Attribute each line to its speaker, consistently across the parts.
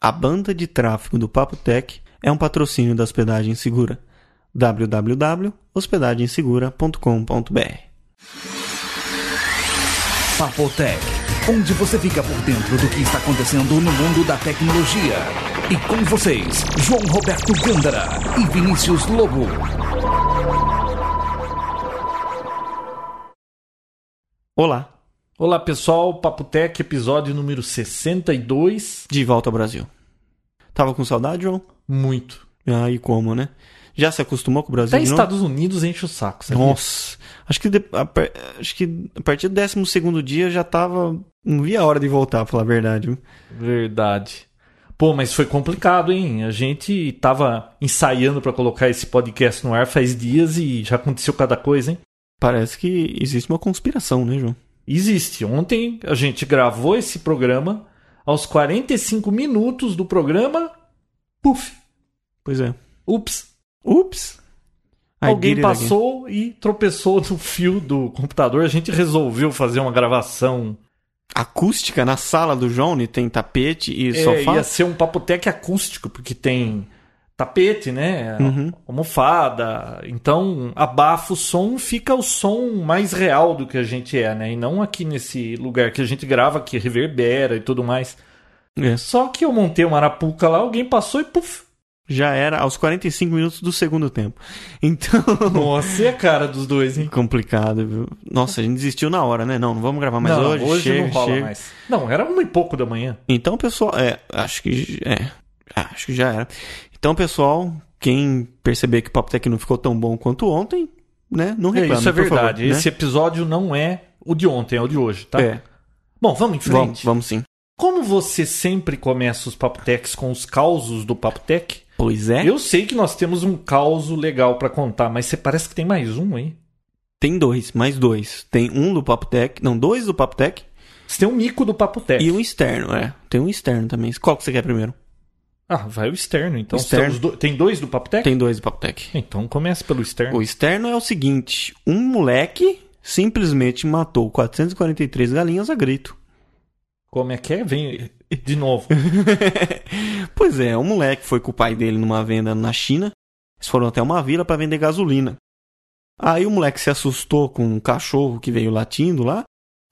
Speaker 1: A banda de tráfego do Papo Tech é um patrocínio da Hospedagem Segura. www.hospedagensegura.com.br
Speaker 2: Papotec, onde você fica por dentro do que está acontecendo no mundo da tecnologia. E com vocês, João Roberto Gândara e Vinícius Lobo.
Speaker 1: Olá,
Speaker 3: Olá pessoal, Papotec, episódio número 62.
Speaker 1: de volta ao Brasil. Tava com saudade, João?
Speaker 3: Muito.
Speaker 1: Ah, e como, né? Já se acostumou com o Brasil
Speaker 3: Até
Speaker 1: de novo?
Speaker 3: Estados Unidos enche o saco, sabe?
Speaker 1: Nossa, acho que, de- a, par- acho que a partir do 12 dia já tava. Não via a hora de voltar, pra falar a verdade. viu?
Speaker 3: Verdade. Pô, mas foi complicado, hein? A gente tava ensaiando pra colocar esse podcast no ar faz dias e já aconteceu cada coisa, hein?
Speaker 1: Parece que existe uma conspiração, né, João?
Speaker 3: Existe. Ontem a gente gravou esse programa, aos 45 minutos do programa, puf,
Speaker 1: Pois é.
Speaker 3: ups,
Speaker 1: Ups! I
Speaker 3: Alguém
Speaker 1: did it
Speaker 3: passou e tropeçou no fio do computador. A gente resolveu fazer uma gravação.
Speaker 1: again. Acústica na sala do João e tem tapete e
Speaker 3: É,
Speaker 1: sofá.
Speaker 3: Ia ser um papotec acústico, porque tem tapete, né?
Speaker 1: Uhum.
Speaker 3: Almofada. Então, abafa o som, fica o som mais real do que a gente é, né? E não aqui nesse lugar que a gente grava, que reverbera e tudo mais.
Speaker 1: É.
Speaker 3: Só que eu montei uma arapuca lá, alguém passou e puf.
Speaker 1: Já era aos 45 minutos do segundo tempo. Então. é
Speaker 3: Nossa, e a cara dos dois, hein?
Speaker 1: Complicado, viu? Nossa, a gente desistiu na hora, né? Não, não vamos gravar mais
Speaker 3: não,
Speaker 1: hoje.
Speaker 3: hoje
Speaker 1: chega,
Speaker 3: não rola
Speaker 1: chega.
Speaker 3: mais. Não, era uma e pouco da manhã.
Speaker 1: Então, pessoal, é, acho que é, acho que já era. Então, pessoal, quem perceber que o Papo Tech não ficou tão bom quanto ontem, né? Não
Speaker 3: É,
Speaker 1: reclame,
Speaker 3: isso é
Speaker 1: por favor,
Speaker 3: verdade.
Speaker 1: né?
Speaker 3: Esse episódio não é o de ontem, é o de hoje, tá?
Speaker 1: É,
Speaker 3: Bom, vamos em frente.
Speaker 1: vamos, vamos sim.
Speaker 3: Como você sempre começa os Papotecs com os causos do Papotec,
Speaker 1: Pois é.
Speaker 3: eu sei que nós temos um causo legal pra contar, mas você parece que tem mais um aí.
Speaker 1: Tem dois, mais dois. Tem um do Papo Tech, não, dois do Papo Tech
Speaker 3: Você tem um mico do Papotec.
Speaker 1: e um externo, é. Tem um externo também. Qual que você quer primeiro?
Speaker 3: Ah, vai o externo, então.
Speaker 1: Externo.
Speaker 3: São os do- Tem dois do Papotec?
Speaker 1: Tem dois do Papo Tech.
Speaker 3: Então começa pelo externo.
Speaker 1: O externo é o seguinte, um moleque simplesmente matou 443 galinhas a grito.
Speaker 3: Como é que é? Vem de novo.
Speaker 1: Pois é, um moleque foi com o pai dele numa venda na China. Eles foram até uma vila para vender gasolina. Aí o moleque se assustou com um cachorro que veio latindo lá.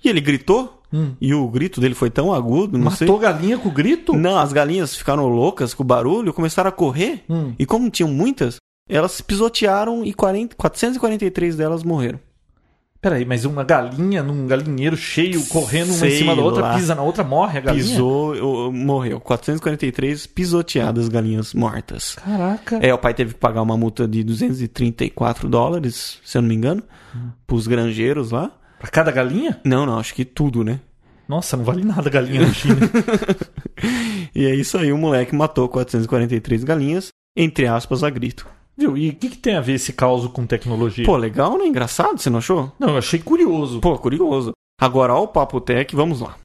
Speaker 1: E ele gritou.
Speaker 3: Hum.
Speaker 1: E o grito dele foi tão agudo, não
Speaker 3: Matou galinha com grito?
Speaker 1: sei. Não, as galinhas ficaram loucas com o barulho, começaram a correr.
Speaker 3: Hum.
Speaker 1: E como tinham muitas, elas se pisotearam e 40, 443 delas morreram.
Speaker 3: Peraí, mas uma galinha num galinheiro cheio, correndo uma em
Speaker 1: Sei
Speaker 3: cima da outra,
Speaker 1: lá.
Speaker 3: pisa na outra, morre a galinha?
Speaker 1: Pisou, eu- eu- morreu. 443 pisoteadas galinhas mortas.
Speaker 3: Caraca.
Speaker 1: É, o pai teve que pagar uma multa de 234 dólares, se eu não me engano, pros granjeiros lá.
Speaker 3: Pra cada galinha?
Speaker 1: Não, não, acho que tudo, né?
Speaker 3: Nossa, não vale nada galinha na China.
Speaker 1: E é isso aí, o moleque matou 443 galinhas, entre aspas, a grito.
Speaker 3: Viu? E o que, que tem a ver esse caos com tecnologia?
Speaker 1: Pô, legal, né? Engraçado, você não achou?
Speaker 3: Não, eu achei curioso.
Speaker 1: Pô, curioso. Agora, ó o Papo Tech, vamos lá.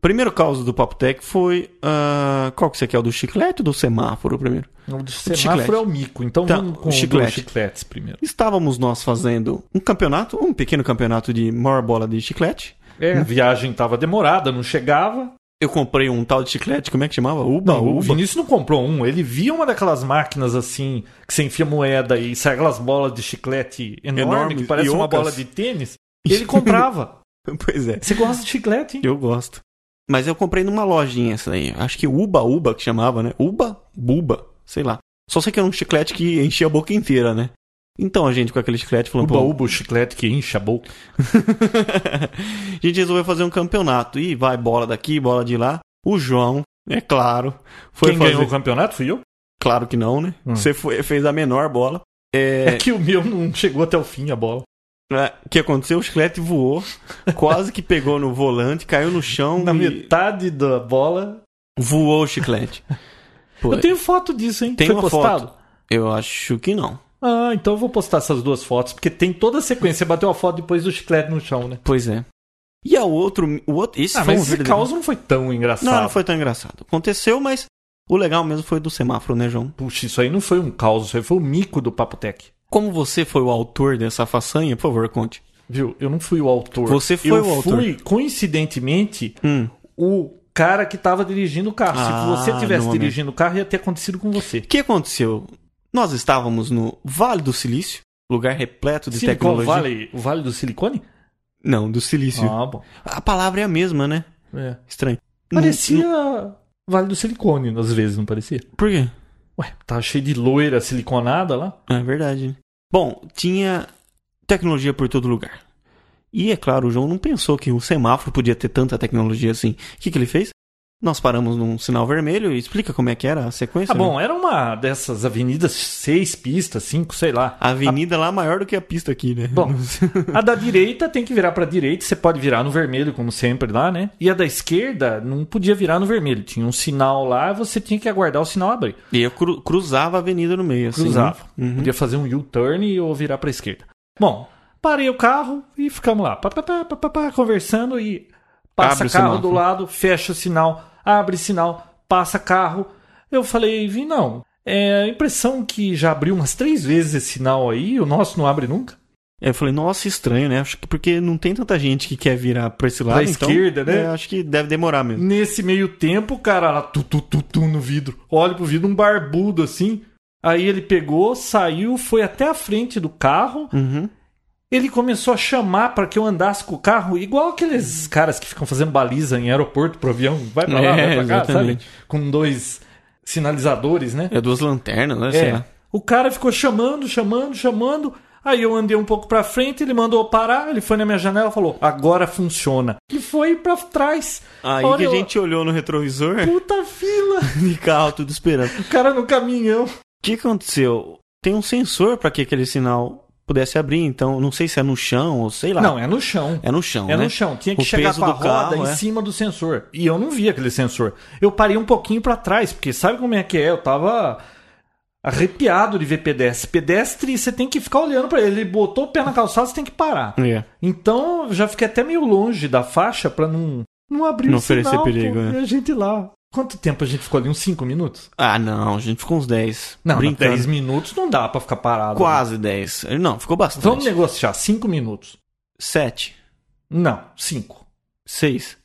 Speaker 1: Primeiro caso do Papo Tech foi... ah, qual que você quer? O do chiclete ou do semáforo primeiro?
Speaker 3: o
Speaker 1: chiclete.
Speaker 3: semáforo é o mico, então
Speaker 1: Tá,
Speaker 3: vamos com
Speaker 1: o
Speaker 3: os
Speaker 1: chiclete.
Speaker 3: dois chicletes primeiro.
Speaker 1: Estávamos nós fazendo um campeonato, um pequeno campeonato de maior bola de chiclete.
Speaker 3: É, a viagem tava demorada, não chegava.
Speaker 1: Eu comprei um tal de chiclete, como é que chamava? Uba,
Speaker 3: Não, o
Speaker 1: Uba.
Speaker 3: Vinícius não comprou um, ele via uma daquelas máquinas assim, que você enfia moeda e sai aquelas bolas de chiclete enorme,
Speaker 1: Enormes,
Speaker 3: que parece uma
Speaker 1: iocas.
Speaker 3: bola de tênis. Ele comprava.
Speaker 1: Pois é.
Speaker 3: Você gosta de chiclete, hein?
Speaker 1: Eu gosto. Mas eu comprei numa lojinha essa daí. Acho que Uba Uba que chamava, né? Uba Buba, sei lá. Só sei que era um chiclete que enchia a boca inteira, né? Então a gente com aquele chiclete falou,
Speaker 3: Uba,
Speaker 1: pô,
Speaker 3: uba, o chiclete que incha a boca.
Speaker 1: a gente resolveu fazer um campeonato. E vai bola daqui, bola de lá. O João, é claro, foi
Speaker 3: Quem
Speaker 1: fazer.
Speaker 3: ganhou o campeonato fui eu.
Speaker 1: Claro que não, né?
Speaker 3: Hum.
Speaker 1: Você foi- fez a menor bola. É,
Speaker 3: É que o meu não chegou até o fim a bola.
Speaker 1: né? O que aconteceu? O chiclete voou, quase que pegou no volante, caiu no chão
Speaker 3: Na
Speaker 1: e
Speaker 3: metade da bola.
Speaker 1: voou o chiclete. Pô,
Speaker 3: Eu tenho foto disso, hein?
Speaker 1: Tem
Speaker 3: Foi
Speaker 1: uma
Speaker 3: postado?
Speaker 1: eu acho que não.
Speaker 3: Ah, então eu vou postar essas duas fotos, porque tem toda a sequência. Você bateu a foto depois do chiclete no chão, né?
Speaker 1: Pois é. E a outro, o outro, esse é
Speaker 3: Ah,
Speaker 1: foi
Speaker 3: mas
Speaker 1: um
Speaker 3: esse
Speaker 1: verdadeiro...
Speaker 3: caos não foi tão engraçado.
Speaker 1: Não, não foi tão engraçado. Aconteceu, mas o legal mesmo foi do semáforo, né, João?
Speaker 3: Puxa, isso aí não foi um caos, isso aí foi o mico do Papotec.
Speaker 1: Como você foi o autor dessa façanha, por favor, conte.
Speaker 3: Viu? Eu não fui o autor.
Speaker 1: Você foi
Speaker 3: eu
Speaker 1: o autor.
Speaker 3: fui, coincidentemente,
Speaker 1: Hum,
Speaker 3: o cara que estava dirigindo o carro.
Speaker 1: Ah,
Speaker 3: Se você tivesse
Speaker 1: no momento.
Speaker 3: dirigindo o carro, ia ter acontecido com você.
Speaker 1: O que aconteceu? Nós estávamos no Vale do Silício, lugar repleto de
Speaker 3: Silicon
Speaker 1: tecnologia.
Speaker 3: Valley, o Vale do Silicone?
Speaker 1: Não, do Silício.
Speaker 3: Ah, bom.
Speaker 1: A palavra é a mesma, né?
Speaker 3: É.
Speaker 1: Estranho.
Speaker 3: Parecia Vale do Silicone, às vezes, não parecia?
Speaker 1: Por quê?
Speaker 3: Ué, tava cheio de loira siliconada lá.
Speaker 1: É verdade. né? Bom, tinha tecnologia por todo lugar. E é claro, o João não pensou que o semáforo podia ter tanta tecnologia assim. O que, que ele fez? Nós paramos num sinal vermelho e explica como é que era a sequência.
Speaker 3: Ah,
Speaker 1: né?
Speaker 3: bom, era uma dessas avenidas seis pistas, cinco, sei lá.
Speaker 1: A avenida lá maior do que a pista aqui, né?
Speaker 3: Bom, a da direita tem que virar pra direita, você pode virar no vermelho, como sempre lá, né? E a da esquerda não podia virar no vermelho, tinha um sinal lá, você tinha que aguardar o sinal abrir.
Speaker 1: E eu cru- cruzava a avenida no meio, assim.
Speaker 3: Cruzava.
Speaker 1: né? Uhum.
Speaker 3: Podia fazer um U-turn ou virar pra esquerda. Bom, parei o carro e ficamos lá, pá, pá, pá, pá, pá, pá, conversando e passa
Speaker 1: Abre o
Speaker 3: carro
Speaker 1: semáforo.
Speaker 3: do lado, fecha o sinal, abre sinal, passa carro. Eu falei, vi não. É a impressão que já abriu umas três vezes esse sinal aí, o nosso não abre nunca.
Speaker 1: Aí Eu falei, nossa, estranho, né? Acho que porque não tem tanta gente que quer virar pra esse lado.
Speaker 3: Pra
Speaker 1: então,
Speaker 3: esquerda, né?
Speaker 1: é, acho que deve demorar mesmo.
Speaker 3: Nesse meio tempo, o cara lá, tu, tu, tu, tu, no vidro. Olha pro vidro, um barbudo assim. Aí ele pegou, saiu, foi até a frente do carro.
Speaker 1: Uhum.
Speaker 3: Ele começou a chamar pra que eu andasse com o carro, igual aqueles caras que ficam fazendo baliza em aeroporto pro avião. Vai pra
Speaker 1: É,
Speaker 3: lá, vai pra cá,
Speaker 1: exatamente.
Speaker 3: sabe? Com dois sinalizadores, né?
Speaker 1: É duas lanternas, né? Sei
Speaker 3: É.
Speaker 1: lá.
Speaker 3: O cara ficou chamando, chamando, chamando. Aí eu andei um pouco pra frente, ele mandou eu parar, ele foi na minha janela e falou: agora funciona. E foi pra trás.
Speaker 1: Aí
Speaker 3: Olha,
Speaker 1: que a
Speaker 3: eu-
Speaker 1: gente olhou no retrovisor
Speaker 3: Puta fila!
Speaker 1: de carro, tudo esperando.
Speaker 3: O cara no caminhão.
Speaker 1: O que aconteceu? Tem um sensor pra que aquele sinal pudesse abrir, então não sei se é no chão ou sei lá.
Speaker 3: Não, é no chão.
Speaker 1: é no chão,
Speaker 3: É
Speaker 1: né?
Speaker 3: no chão. Tinha que
Speaker 1: O
Speaker 3: chegar
Speaker 1: peso
Speaker 3: com a
Speaker 1: do carro,
Speaker 3: roda
Speaker 1: é.
Speaker 3: em cima do sensor. E eu não vi aquele sensor. Eu parei um pouquinho pra trás, porque sabe como é que é? Eu tava arrepiado de ver pedestre. Pedestre, você tem que ficar olhando pra ele. Ele botou o pé na calçada, você tem que parar.
Speaker 1: É.
Speaker 3: Então, eu já fiquei até meio longe da faixa pra não, não abrir
Speaker 1: Não
Speaker 3: o sinal.
Speaker 1: oferecer perigo,
Speaker 3: pô.
Speaker 1: é.
Speaker 3: E a gente lá. Quanto tempo a gente ficou ali? Uns 5 minutos?
Speaker 1: Ah, não, a gente ficou uns 10.
Speaker 3: Não,
Speaker 1: brincando.
Speaker 3: 10 minutos não dá pra ficar parado. né?
Speaker 1: Quase 10. Não, ficou
Speaker 3: Vamos
Speaker 1: bastante.
Speaker 3: negociar. 5 minutos.
Speaker 1: 7,
Speaker 3: Não, 5.
Speaker 1: 6.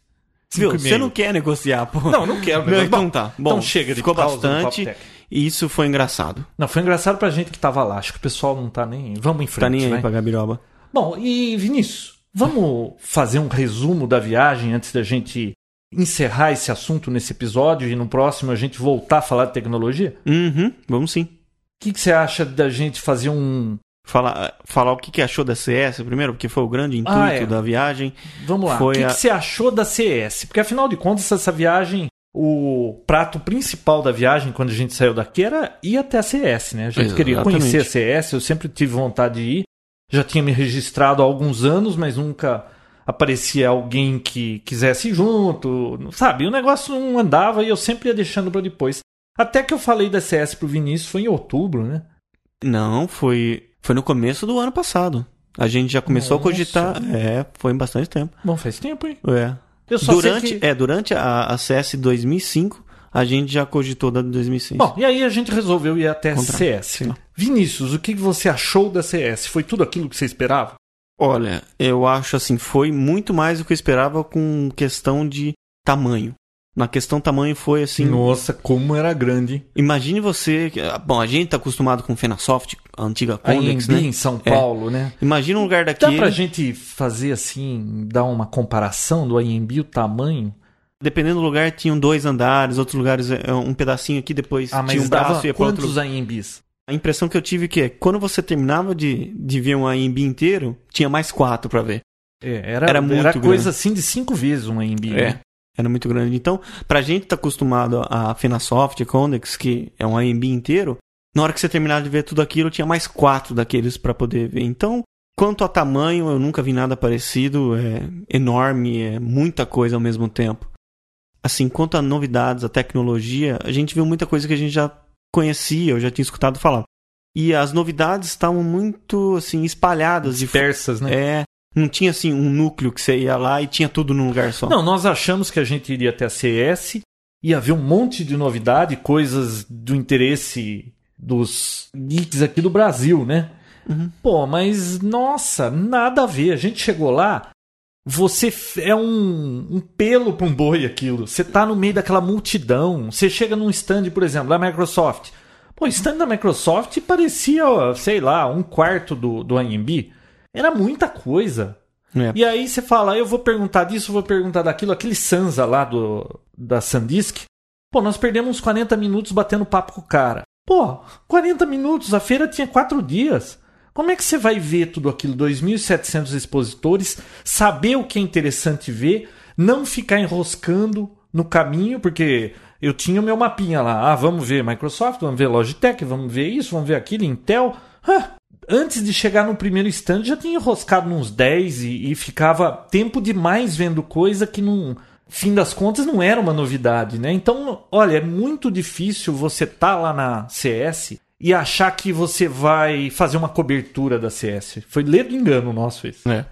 Speaker 3: Cinco e
Speaker 1: Viu, você
Speaker 3: meio.
Speaker 1: não quer negociar, pô.
Speaker 3: Não, não quero.
Speaker 1: Não,
Speaker 3: negócio.
Speaker 1: então tá. Bom,
Speaker 3: então chega de
Speaker 1: ficou
Speaker 3: causa no
Speaker 1: bastante
Speaker 3: Papo Tech.
Speaker 1: e isso foi engraçado.
Speaker 3: Não, foi engraçado pra gente que tava lá. Acho que o pessoal não tá nem. Vamos em frente,
Speaker 1: tá nem aí
Speaker 3: né?
Speaker 1: pra Gabiroba.
Speaker 3: Bom, e Vinícius, vamos fazer um resumo da viagem antes da gente encerrar esse assunto nesse episódio e no próximo a gente voltar a falar de tecnologia?
Speaker 1: Uhum, vamos sim.
Speaker 3: O que, que você acha da gente fazer um.
Speaker 1: Falar, falar o que, que achou da CS primeiro, porque foi o grande intuito
Speaker 3: Ah, é.
Speaker 1: da viagem.
Speaker 3: Vamos lá.
Speaker 1: Foi
Speaker 3: o que,
Speaker 1: a-
Speaker 3: que você achou da CS? Porque afinal de contas, essa viagem. O prato principal da viagem, quando a gente saiu daqui, era ir até a CS, né? A gente queria
Speaker 1: Exatamente.
Speaker 3: conhecer a CS, eu sempre tive vontade de ir. Já tinha me registrado há alguns anos, mas nunca aparecia alguém que quisesse ir junto, sabe? O negócio não andava e eu sempre ia deixando pra depois. Até que eu falei da CS pro Vinícius, foi em outubro, né?
Speaker 1: Não, foi foi no começo do ano passado. A gente já começou
Speaker 3: Nossa.
Speaker 1: a cogitar. É, foi em bastante tempo.
Speaker 3: Bom, faz tempo, hein?
Speaker 1: É.
Speaker 3: Eu só sei
Speaker 1: Durante,
Speaker 3: que-
Speaker 1: é, durante a, a CS 2005, a gente já cogitou da de 2006.
Speaker 3: Bom, e aí a gente resolveu ir até
Speaker 1: Contrato.
Speaker 3: CS. Vinícius, o que você achou da CS? Foi tudo aquilo que você esperava?
Speaker 1: Olha, eu acho assim, foi muito mais do que eu esperava com questão de tamanho. Na questão tamanho foi assim.
Speaker 3: Nossa, como era grande, hein?
Speaker 1: Imagine você. que- ah, Bom, a gente tá acostumado com Fenasoft, a antiga
Speaker 3: Aí em,
Speaker 1: Condex, né?
Speaker 3: em São
Speaker 1: É.
Speaker 3: Paulo, né?
Speaker 1: Imagina um lugar
Speaker 3: Dá
Speaker 1: daquele.
Speaker 3: pra gente fazer assim, dar uma comparação do AMB, o tamanho?
Speaker 1: Dependendo do lugar, tinham dois andares, outros lugares é, um pedacinho aqui, depois
Speaker 3: Ah,
Speaker 1: tinha
Speaker 3: mas
Speaker 1: um braço e
Speaker 3: dava
Speaker 1: ia pra outro
Speaker 3: quantos AMBs?
Speaker 1: A impressão que eu tive que é, quando você terminava de, de ver um AMB inteiro, tinha mais quatro pra ver.
Speaker 3: É, era,
Speaker 1: Era
Speaker 3: era,
Speaker 1: muito
Speaker 3: coisa
Speaker 1: grande. É.
Speaker 3: assim de cinco vezes um AMB. né?
Speaker 1: Era muito grande. Então, pra gente tá acostumado a Finasoft, Condex, que é um AMB inteiro, na hora que você terminava de ver tudo aquilo, tinha mais quatro daqueles pra poder ver. Então, quanto a tamanho, eu nunca vi nada parecido. É enorme, é muita coisa ao mesmo tempo. Assim, quanto a novidades, a tecnologia, a gente viu muita coisa que a gente já conhecia, eu já tinha escutado falar. E as novidades estavam muito, assim, espalhadas. de fo-
Speaker 3: Dispersas, né?
Speaker 1: É, não tinha, assim, um núcleo que você ia lá e tinha tudo num lugar só.
Speaker 3: Não, nós achamos que a gente iria até a CS, ia ver um monte de novidade, coisas do interesse dos geeks aqui do Brasil, né?
Speaker 1: Uhum.
Speaker 3: Pô, mas nossa, nada a ver. A gente chegou lá, Você f- é um, um pelo para um boi aquilo. Você tá no meio daquela multidão. Você chega num stand, por exemplo, da Microsoft. Pô, o stand da Microsoft parecia, ó, sei lá, um quarto do, do AMB. Era muita coisa.
Speaker 1: É.
Speaker 3: E aí você fala, eu vou perguntar disso, vou perguntar daquilo, aquele Sansa lá do, da Sandisk. Pô, nós perdemos uns 40 minutos batendo papo com o cara. Pô, 40 minutos, a feira tinha 4 dias. Como é que você vai ver tudo aquilo? 2.700 expositores, saber o que é interessante ver, não ficar enroscando no caminho, porque eu tinha o meu mapinha lá. Ah, vamos ver Microsoft, vamos ver Logitech, vamos ver isso, vamos ver aquilo, Intel. Ah, antes de chegar no primeiro stand, já tinha enroscado nos 10 e, e ficava tempo demais vendo coisa que não. Fim das contas, não era uma novidade, né? Então, olha, é muito difícil você tá lá na CS e achar que você vai fazer uma cobertura da CS. Foi ledo engano nosso isso
Speaker 1: É.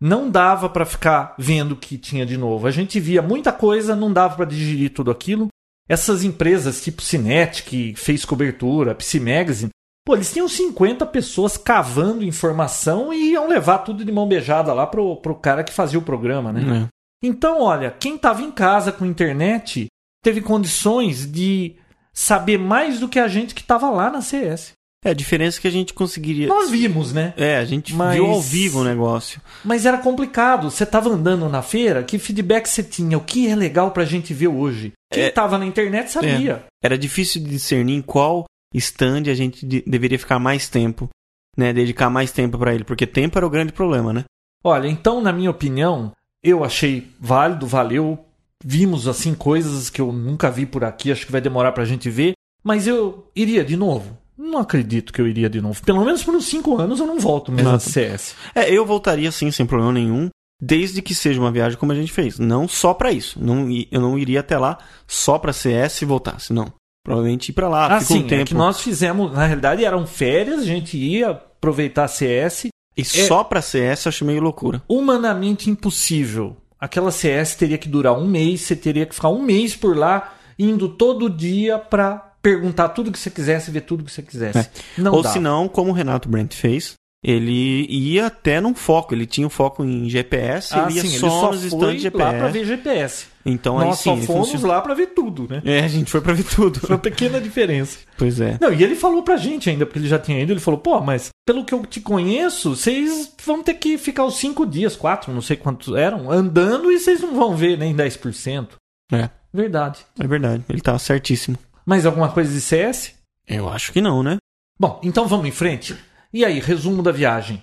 Speaker 3: não dava pra ficar vendo o que tinha de novo. A gente via muita coisa, não dava pra digerir tudo aquilo. Essas empresas tipo Cinet, que fez cobertura, PC Magazine, pô, eles tinham 50 pessoas cavando informação e iam levar tudo de mão beijada lá pro, pro cara que fazia o programa, né?
Speaker 1: É.
Speaker 3: Então, olha, quem estava em casa com internet teve condições de saber mais do que a gente que estava lá na CS.
Speaker 1: É, a diferença é que a gente conseguiria.
Speaker 3: Nós vimos, né?
Speaker 1: É, a gente
Speaker 3: Mas-
Speaker 1: viu ao vivo o negócio.
Speaker 3: Mas era complicado. Você estava andando na feira, que feedback você tinha? O que é legal pra gente ver hoje? Quem
Speaker 1: É.
Speaker 3: estava na internet sabia.
Speaker 1: Era difícil de discernir em qual stand a gente de- deveria ficar mais tempo, né? Dedicar mais tempo pra ele, porque tempo era o grande problema, né?
Speaker 3: Olha, então, na minha opinião, eu achei válido, valeu. Vimos, assim, coisas que eu nunca vi por aqui, acho que vai demorar pra gente ver. Mas eu iria de novo. Não acredito que eu iria de novo. Pelo menos por uns 5 anos eu não volto mesmo
Speaker 1: Nossa.
Speaker 3: a CS.
Speaker 1: É, eu voltaria sim, sem problema nenhum, desde que seja uma viagem como a gente fez, não só pra isso. Não, i- eu não iria até lá só pra CS e voltasse, não. Provavelmente ir pra lá,
Speaker 3: Ah,
Speaker 1: fica
Speaker 3: sim,
Speaker 1: um
Speaker 3: é que
Speaker 1: tempo.
Speaker 3: nós fizemos, na realidade eram férias, a gente ia aproveitar a CS.
Speaker 1: E
Speaker 3: é
Speaker 1: só pra CS eu achei meio loucura.
Speaker 3: humanamente impossível. Aquela CS teria que durar um mês, você teria que ficar um mês por lá, indo todo dia pra perguntar tudo que você quisesse, ver tudo que você quisesse. Não
Speaker 1: É. Ou
Speaker 3: dá.
Speaker 1: se não, como o Renato Brent fez, ele ia até num foco, ele tinha um foco em GPS,
Speaker 3: Ah,
Speaker 1: ele ia
Speaker 3: sim,
Speaker 1: só,
Speaker 3: ele só
Speaker 1: nos
Speaker 3: foi
Speaker 1: stands de
Speaker 3: lá pra
Speaker 1: GPS.
Speaker 3: ver GPS.
Speaker 1: Então
Speaker 3: Nós
Speaker 1: aí
Speaker 3: só
Speaker 1: sim, ele
Speaker 3: fomos
Speaker 1: funcionou.
Speaker 3: lá pra ver tudo, né?
Speaker 1: É, a gente foi pra ver tudo.
Speaker 3: Foi uma pequena diferença.
Speaker 1: pois é.
Speaker 3: Não, e ele falou pra gente ainda, porque ele já tinha ido, ele falou, pô, mas pelo que eu te conheço, vocês vão ter que ficar os cinco dias, quatro, não sei quantos eram, andando e vocês não vão ver nem 10%.
Speaker 1: É,
Speaker 3: Verdade.
Speaker 1: é verdade. Ele tá certíssimo.
Speaker 3: Mais alguma coisa de CS?
Speaker 1: Eu acho que não, né?
Speaker 3: Bom, então vamos em frente. E aí, resumo da viagem.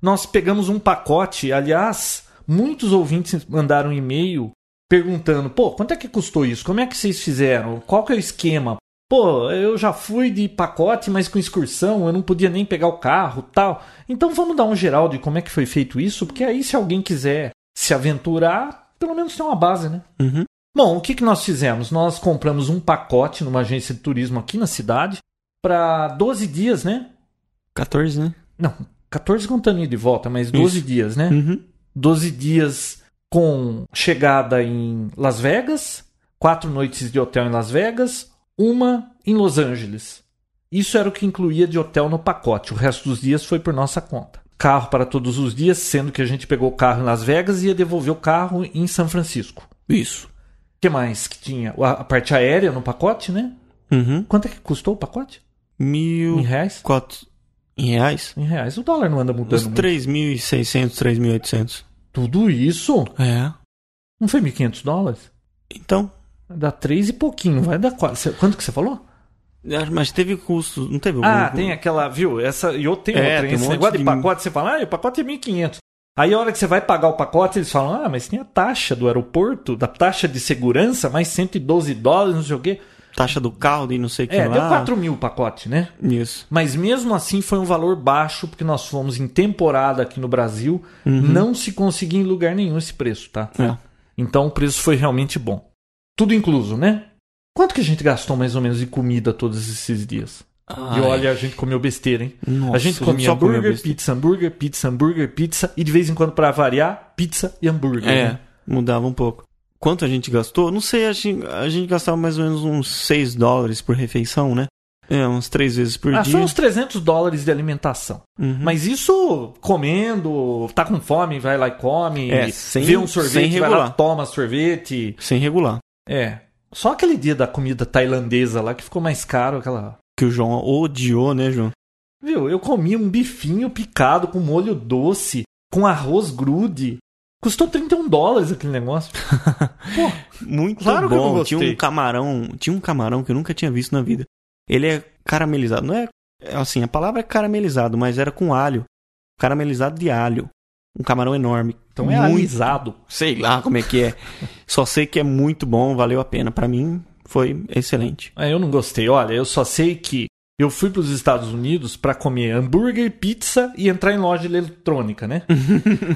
Speaker 3: Nós pegamos um pacote, aliás, muitos ouvintes mandaram um e-mail perguntando: pô, quanto é que custou isso? Como é que vocês fizeram? Qual que é o esquema? Pô, eu já fui de pacote, mas com excursão, eu não podia nem pegar o carro tal. Então vamos dar um geral de como é que foi feito isso, porque aí se alguém quiser se aventurar, pelo menos tem uma base, né?
Speaker 1: Uhum.
Speaker 3: Bom, o que, que nós fizemos? Nós compramos um pacote numa agência de turismo aqui na cidade para 12 dias, né?
Speaker 1: 14, né?
Speaker 3: Não, 14 contando ida e volta, mas 12
Speaker 1: Isso.
Speaker 3: dias, né?
Speaker 1: Uhum.
Speaker 3: 12 dias com chegada em Las Vegas, quatro noites de hotel em Las Vegas, uma em Los Angeles. Isso era o que incluía de hotel no pacote. O resto dos dias foi por nossa conta. Carro para todos os dias, sendo que a gente pegou o carro em Las Vegas e ia devolver o carro em São Francisco.
Speaker 1: Isso.
Speaker 3: O que mais que tinha? A a parte aérea no pacote, né?
Speaker 1: Uhum.
Speaker 3: Quanto é que custou o pacote?
Speaker 1: Mil.
Speaker 3: Em reais?
Speaker 1: Quatro. Em reais?
Speaker 3: Em reais. O dólar não anda
Speaker 1: Uns
Speaker 3: mudando muito.
Speaker 1: 3.600, 3.800.
Speaker 3: Tudo isso?
Speaker 1: É.
Speaker 3: Não foi 1.500 dólares?
Speaker 1: Então.
Speaker 3: Dá 3 e pouquinho, vai dar quase. Cê- Quanto que você falou?
Speaker 1: acho- ah, Mas teve custo, não teve
Speaker 3: Ah,
Speaker 1: algum-
Speaker 3: tem aquela, viu? Essa e eu tenho
Speaker 1: É,
Speaker 3: outra.
Speaker 1: tem um
Speaker 3: esse
Speaker 1: monte
Speaker 3: negócio de,
Speaker 1: de-
Speaker 3: pacote, você fala, ah, o pacote é 1.500. Aí a hora que você vai pagar o pacote, eles falam, ah, mas tem a taxa do aeroporto, da taxa de segurança, mais 112 dólares, não sei o quê.
Speaker 1: taxa do carro de não sei o que
Speaker 3: É,
Speaker 1: lá.
Speaker 3: deu 4 mil o pacote, né?
Speaker 1: Isso.
Speaker 3: Mas mesmo assim foi um valor baixo, porque nós fomos em temporada aqui no Brasil. Não se conseguia em lugar nenhum esse preço, tá?
Speaker 1: É.
Speaker 3: Então o preço foi realmente bom. Tudo incluso, né? Quanto que a gente gastou mais ou menos de comida todos esses dias? e
Speaker 1: Ai.
Speaker 3: olha, a gente comeu besteira, hein?
Speaker 1: Nossa,
Speaker 3: a gente comia
Speaker 1: só comeu
Speaker 3: hambúrguer,
Speaker 1: besteira.
Speaker 3: pizza, hambúrguer, pizza, hambúrguer, pizza e de vez em quando pra variar, pizza e hambúrguer.
Speaker 1: É,
Speaker 3: né?
Speaker 1: mudava um pouco. Quanto a gente gastou? Não sei, a gente, a gente gastava mais ou menos uns 6 dólares por refeição, né? É, uns três vezes por
Speaker 3: Ah,
Speaker 1: dia.
Speaker 3: foi uns 300 dólares de alimentação.
Speaker 1: Uhum.
Speaker 3: Mas isso comendo, tá com fome, vai lá e come.
Speaker 1: É, sem-
Speaker 3: vê um sorvete,
Speaker 1: sem
Speaker 3: vai lá,
Speaker 1: regular.
Speaker 3: toma sorvete.
Speaker 1: Sem regular.
Speaker 3: É. Só aquele dia da comida tailandesa lá que ficou mais caro, aquela.
Speaker 1: Que o João odiou, né, João?
Speaker 3: Viu, eu comi um bifinho picado com molho doce, com arroz grude. Custou 31 dólares aquele negócio. Pô,
Speaker 1: Muito
Speaker 3: Claro que eu não
Speaker 1: bom.
Speaker 3: gostei.
Speaker 1: tinha um camarão, tinha um camarão que eu nunca tinha visto na vida. Ele é caramelizado, não é? é Assim, a palavra é caramelizado, mas era com alho. Caramelizado de alho. Um camarão enorme.
Speaker 3: então é
Speaker 1: muito,
Speaker 3: alisado.
Speaker 1: sei lá como é que é. Só sei que é muito bom, valeu a pena. Pra mim foi excelente.
Speaker 3: É, eu não gostei. Olha, eu só sei que eu fui para os Estados Unidos para comer hambúrguer, pizza e entrar em loja de eletrônica, né?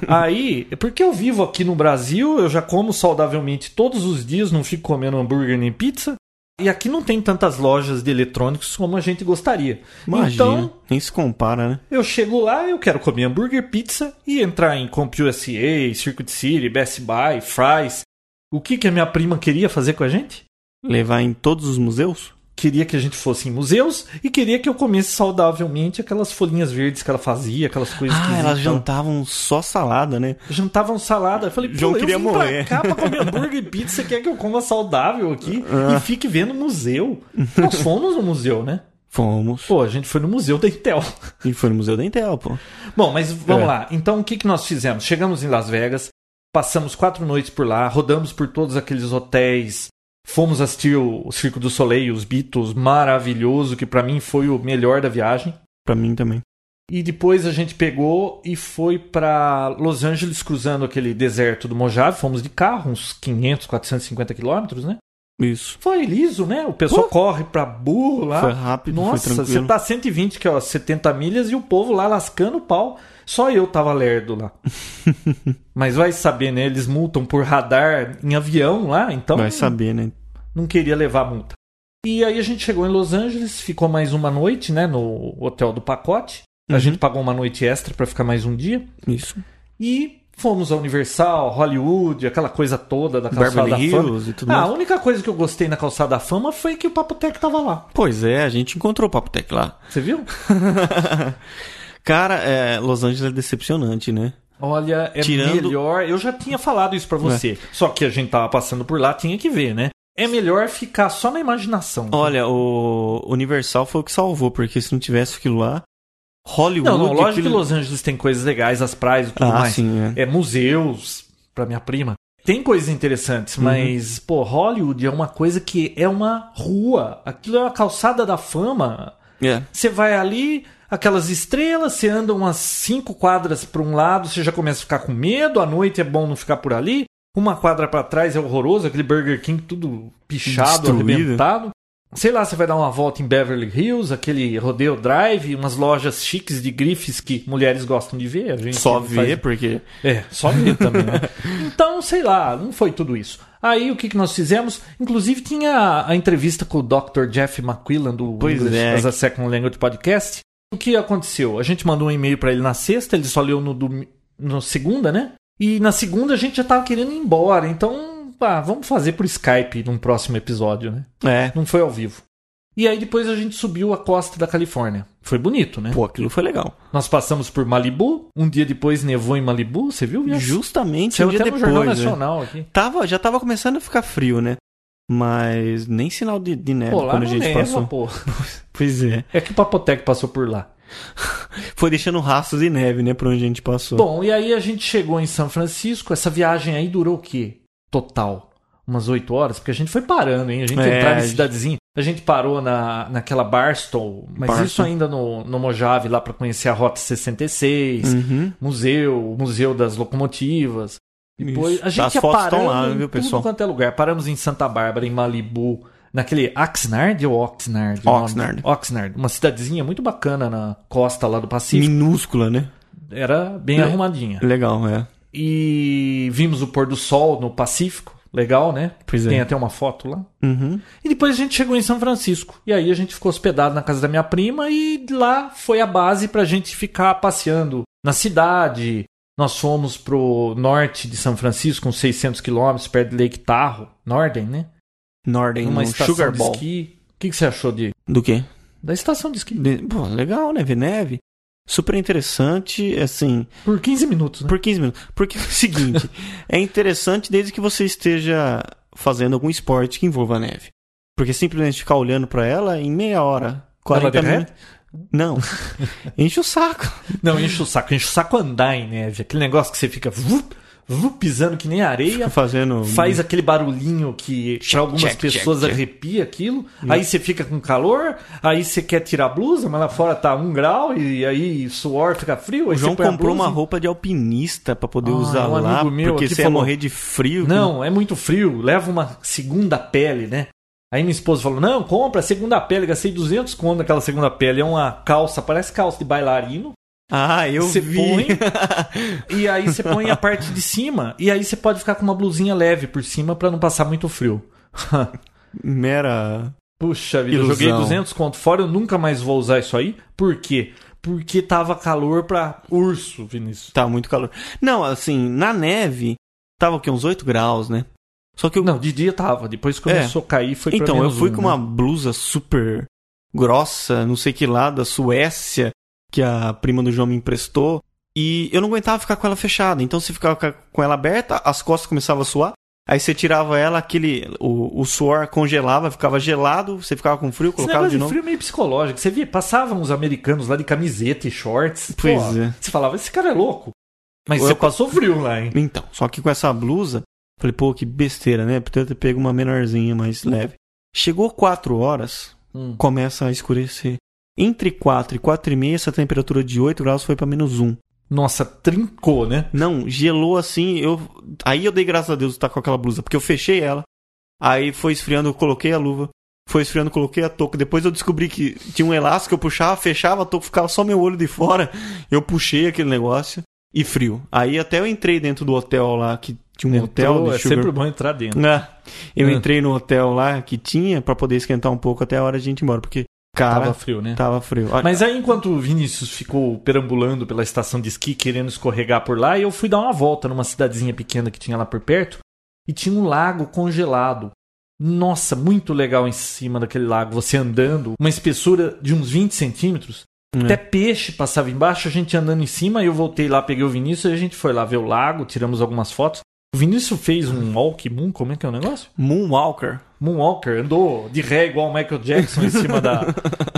Speaker 3: Aí, porque eu vivo aqui no Brasil, eu já como saudavelmente todos os dias, não fico comendo hambúrguer nem pizza. E aqui não tem tantas lojas de eletrônicos como a gente gostaria.
Speaker 1: Imagina,
Speaker 3: Então,
Speaker 1: nem se compara, né?
Speaker 3: eu chego lá, eu quero comer hambúrguer, pizza e entrar em CompUSA, Circuit City, Best Buy, Fry's. O que, que a minha prima queria fazer com a gente?
Speaker 1: Levar em todos os museus?
Speaker 3: queria que a gente fosse em museus e queria que eu comesse saudavelmente aquelas folhinhas verdes que ela fazia, aquelas coisas
Speaker 1: Ah,
Speaker 3: esquisitas.
Speaker 1: elas jantavam só salada, né?
Speaker 3: Jantavam salada. Eu falei, pô,
Speaker 1: João
Speaker 3: eu
Speaker 1: queria
Speaker 3: vim
Speaker 1: morrer.
Speaker 3: pra cá pra comer hambúrguer e pizza, quer que eu coma saudável aqui
Speaker 1: Ah.
Speaker 3: e fique vendo museu. Nós fomos no museu, né?
Speaker 1: Fomos.
Speaker 3: Pô, a gente foi no museu da Intel.
Speaker 1: E foi no Museu da Intel, pô.
Speaker 3: Bom, mas vamos
Speaker 1: É.
Speaker 3: lá. Então, o que, que nós fizemos? Chegamos em Las Vegas, passamos quatro noites por lá, rodamos por todos aqueles hotéis, fomos assistir o Circo do Soleil, os Beatles, maravilhoso, que pra mim foi o melhor da viagem.
Speaker 1: Pra mim também.
Speaker 3: E depois a gente pegou e foi pra Los Angeles cruzando aquele deserto do Mojave. Fomos de carro, uns 500, 450 quilômetros, né?
Speaker 1: Isso.
Speaker 3: Foi liso, né? O pessoal corre pra burro lá.
Speaker 1: Foi rápido, foi
Speaker 3: Nossa,
Speaker 1: tranquilo.
Speaker 3: você tá 120, que é ó, 70 milhas, e o povo lá lascando o pau. Só eu tava lerdo lá. Mas vai saber, né? Eles multam por radar em avião lá, então
Speaker 1: Vai saber, né?
Speaker 3: não queria levar multa. E aí a gente chegou em Los Angeles, ficou mais uma noite, né, no hotel do pacote. A gente pagou uma noite extra pra ficar mais um dia
Speaker 1: Isso.
Speaker 3: e fomos à Universal, Hollywood, aquela coisa toda da calçada
Speaker 1: Beverly
Speaker 3: da fama.
Speaker 1: Hills e tudo
Speaker 3: Ah, a
Speaker 1: mais.
Speaker 3: única coisa que eu gostei na calçada da fama foi que o Papotec tava lá.
Speaker 1: Pois é, a gente encontrou o Papo Tech lá.
Speaker 3: Você viu?
Speaker 1: Cara, é, Los Angeles é decepcionante, né?
Speaker 3: Olha, é
Speaker 1: Tirando-
Speaker 3: melhor. Eu já tinha falado isso pra você. Só que a gente tava passando por lá, tinha que ver, né? É melhor ficar só na imaginação.
Speaker 1: Olha, o Universal foi o que salvou, porque se não tivesse aquilo lá, Hollywood...
Speaker 3: não, não, lógico
Speaker 1: aquilo-
Speaker 3: que Los Angeles tem coisas legais, as praias e tudo
Speaker 1: Ah,
Speaker 3: mais.
Speaker 1: sim, é.
Speaker 3: é, museus pra minha prima. Tem coisas interessantes,
Speaker 1: Uhum.
Speaker 3: mas, pô, Hollywood é uma coisa que é uma rua. Aquilo é uma calçada da fama.
Speaker 1: É.
Speaker 3: Você vai ali, aquelas estrelas, você anda umas cinco quadras pra um lado, você já começa a ficar com medo, à noite é bom não ficar por ali. Uma quadra pra trás é horroroso, aquele Burger King tudo pichado,
Speaker 1: Destruído.
Speaker 3: arrebentado. Sei lá, você vai dar uma volta em Beverly Hills, aquele Rodeo Drive, umas lojas chiques de grifes que mulheres gostam de ver. A gente
Speaker 1: Só
Speaker 3: É. faz
Speaker 1: ver, porque...
Speaker 3: é, só menino também, né? Então, sei lá, não foi tudo isso. Aí o que, que nós fizemos? Inclusive tinha a, a entrevista com o Dr. Jeff McQuillan do
Speaker 1: Pois
Speaker 3: English
Speaker 1: é.
Speaker 3: as a Second Language Podcast. O que aconteceu? A gente mandou um e-mail pra ele na sexta, ele só leu no, domi- no segunda, né? E na segunda a gente já tava querendo ir embora, então pá, vamos fazer por Skype num próximo episódio, né?
Speaker 1: É.
Speaker 3: Não foi ao vivo. E aí depois a gente subiu a costa da Califórnia. Foi bonito, né?
Speaker 1: Pô, aquilo foi legal.
Speaker 3: Nós passamos por Malibu, um dia depois nevou em Malibu, você viu? Yes.
Speaker 1: Justamente
Speaker 3: Saiu
Speaker 1: um dia
Speaker 3: até no Jornal
Speaker 1: depois, né?
Speaker 3: Nacional aqui.
Speaker 1: Tava, já tava começando a ficar frio, né? Mas nem sinal de, de neve
Speaker 3: Pô, lá
Speaker 1: É, quando a
Speaker 3: não
Speaker 1: gente
Speaker 3: neva,
Speaker 1: passou.
Speaker 3: pô.
Speaker 1: Pois é.
Speaker 3: É que o Papotec passou por lá.
Speaker 1: Foi deixando rastros de neve, né, pra onde a gente passou.
Speaker 3: Bom, e aí a gente chegou em São Francisco. Essa viagem aí durou o quê? Total. Umas oito horas? Porque a gente foi parando, hein? A gente
Speaker 1: É,
Speaker 3: entrava
Speaker 1: a
Speaker 3: em
Speaker 1: gente-
Speaker 3: cidadezinha. A gente parou na, naquela Barstow. Mas
Speaker 1: Barstow.
Speaker 3: isso ainda no, no Mojave, lá pra conhecer a Rota 66.
Speaker 1: Uhum.
Speaker 3: Museu, o Museu das Locomotivas. Depois,
Speaker 1: Isso.
Speaker 3: a gente
Speaker 1: As
Speaker 3: ia
Speaker 1: fotos
Speaker 3: parando
Speaker 1: estão lá,
Speaker 3: em
Speaker 1: viu,
Speaker 3: tudo
Speaker 1: pessoal?
Speaker 3: quanto é lugar. Paramos em Santa Bárbara, em Malibu, naquele Oxnard ou Oxnard? O nome-
Speaker 1: Oxnard.
Speaker 3: Oxnard, uma cidadezinha muito bacana na costa lá do Pacífico.
Speaker 1: Minúscula, né?
Speaker 3: Era bem
Speaker 1: É.
Speaker 3: arrumadinha.
Speaker 1: Legal, é.
Speaker 3: E vimos o pôr do sol no Pacífico. Legal, né?
Speaker 1: Pois é.
Speaker 3: Tem até uma foto lá.
Speaker 1: Uhum.
Speaker 3: E depois a gente chegou em São Francisco. E aí a gente ficou hospedado na casa da minha prima e lá foi a base pra gente ficar passeando na cidade. Nós fomos pro norte de São Francisco, uns 600 quilômetros, perto de Lake Tahoe, Norden, né?
Speaker 1: Norden, no
Speaker 3: Numa estação
Speaker 1: Sugar
Speaker 3: de
Speaker 1: Ball.
Speaker 3: esqui. O que, que você achou de
Speaker 1: Do quê?
Speaker 3: da estação de esqui.
Speaker 1: De- Pô, legal, né? Ver neve. Super interessante, assim,
Speaker 3: Por 15 minutos, né?
Speaker 1: por 15 minutos. Porque é o seguinte, é interessante desde que você esteja fazendo algum esporte que envolva neve. Porque simplesmente ficar olhando pra ela em meia hora, 40
Speaker 3: derrete?
Speaker 1: minutos. Não. Enche o saco.
Speaker 3: Não, enche o saco. Enche o saco andar em neve. Aquele negócio que você fica vup, vup, pisando que nem areia.
Speaker 1: Fica fazendo um
Speaker 3: Faz aquele barulhinho que pra algumas
Speaker 1: check,
Speaker 3: pessoas
Speaker 1: check, check.
Speaker 3: arrepia aquilo. Aí você fica com calor, aí você quer tirar a blusa, mas lá fora tá um grau e aí suor fica frio. aí
Speaker 1: O
Speaker 3: você
Speaker 1: João
Speaker 3: põe a
Speaker 1: comprou
Speaker 3: blusa
Speaker 1: uma
Speaker 3: e-
Speaker 1: roupa de alpinista pra poder
Speaker 3: Ah,
Speaker 1: usar
Speaker 3: um
Speaker 1: lá,
Speaker 3: amigo meu
Speaker 1: porque
Speaker 3: aqui
Speaker 1: você ia
Speaker 3: falou-
Speaker 1: morrer de frio.
Speaker 3: Não, é muito frio, leva uma segunda pele, né? Aí minha esposa falou: não, compra a segunda pele, gastei 200 conto naquela segunda pele. É uma calça, parece calça de bailarino.
Speaker 1: Ah, eu
Speaker 3: Você
Speaker 1: vi.
Speaker 3: põe e aí você põe a parte de cima. E aí você pode ficar com uma blusinha leve por cima pra não passar muito frio.
Speaker 1: Mera.
Speaker 3: Puxa vida, eu
Speaker 1: Ilusão.
Speaker 3: joguei 200 conto fora, eu nunca mais vou usar isso aí. Por quê? Porque tava calor pra urso, Vinícius.
Speaker 1: Tá muito calor. Não, assim, na neve, tava o quê? Uns 8 graus, né? Só que eu.
Speaker 3: Não, de dia tava, depois que começou a cair foi pra
Speaker 1: É. então, eu
Speaker 3: menos
Speaker 1: fui
Speaker 3: um,
Speaker 1: com
Speaker 3: né?
Speaker 1: uma blusa super grossa, não sei que lá, da Suécia, que a prima do João me emprestou. E eu não aguentava ficar com ela fechada. Então você ficava ca- com ela aberta, as costas começavam a suar. Aí você tirava ela, aquele. O, o suor congelava, ficava gelado, você ficava com frio,
Speaker 3: Esse
Speaker 1: colocava
Speaker 3: negócio
Speaker 1: de
Speaker 3: de,
Speaker 1: novo.
Speaker 3: frio é meio psicológico. Você via, passavam os americanos lá de camiseta e shorts.
Speaker 1: Pois é.
Speaker 3: Você falava, esse cara é louco. Mas
Speaker 1: Ou
Speaker 3: você
Speaker 1: eu-
Speaker 3: passou frio lá, hein?
Speaker 1: Então, só que com essa blusa, falei, pô, que besteira, né? Podia ter pego uma menorzinha, mais leve. Chegou 4 horas, começa a escurecer. Entre 4 e 4 e meia, essa temperatura de 8 graus foi pra menos 1.
Speaker 3: Nossa, trincou, né?
Speaker 1: Não, gelou assim, eu... Aí eu dei graças a Deus de estar com aquela blusa, porque eu fechei ela. Aí foi esfriando, eu coloquei a luva. Foi esfriando, coloquei a touca. Depois eu descobri que tinha um elástico, eu puxava, fechava a touca, ficava só meu olho de fora. Eu puxei aquele negócio e frio. Aí até eu entrei dentro do hotel lá, que tinha um hotel
Speaker 3: Entrou,
Speaker 1: de
Speaker 3: é
Speaker 1: sugar.
Speaker 3: sempre bom entrar dentro.
Speaker 1: Ah, eu
Speaker 3: Ah.
Speaker 1: entrei no hotel lá que tinha pra poder esquentar um pouco até a hora de a gente ir embora, porque, cara,
Speaker 3: Tava
Speaker 1: tava,
Speaker 3: frio, né?
Speaker 1: frio. Olha,
Speaker 3: Mas aí, enquanto o Vinícius ficou perambulando pela estação de esqui, querendo escorregar por lá, eu fui dar uma volta numa cidadezinha pequena que tinha lá por perto e tinha um lago congelado. Nossa, muito legal em cima daquele lago, você andando, uma espessura de uns 20 centímetros.
Speaker 1: É.
Speaker 3: Até peixe passava embaixo, a gente andando em cima, eu voltei lá, peguei o Vinícius e a gente foi lá ver o lago, tiramos algumas fotos. O Vinícius fez um walk moon, como é que é o negócio?
Speaker 1: Moonwalker.
Speaker 3: Moonwalker andou de ré igual o Michael Jackson em cima da,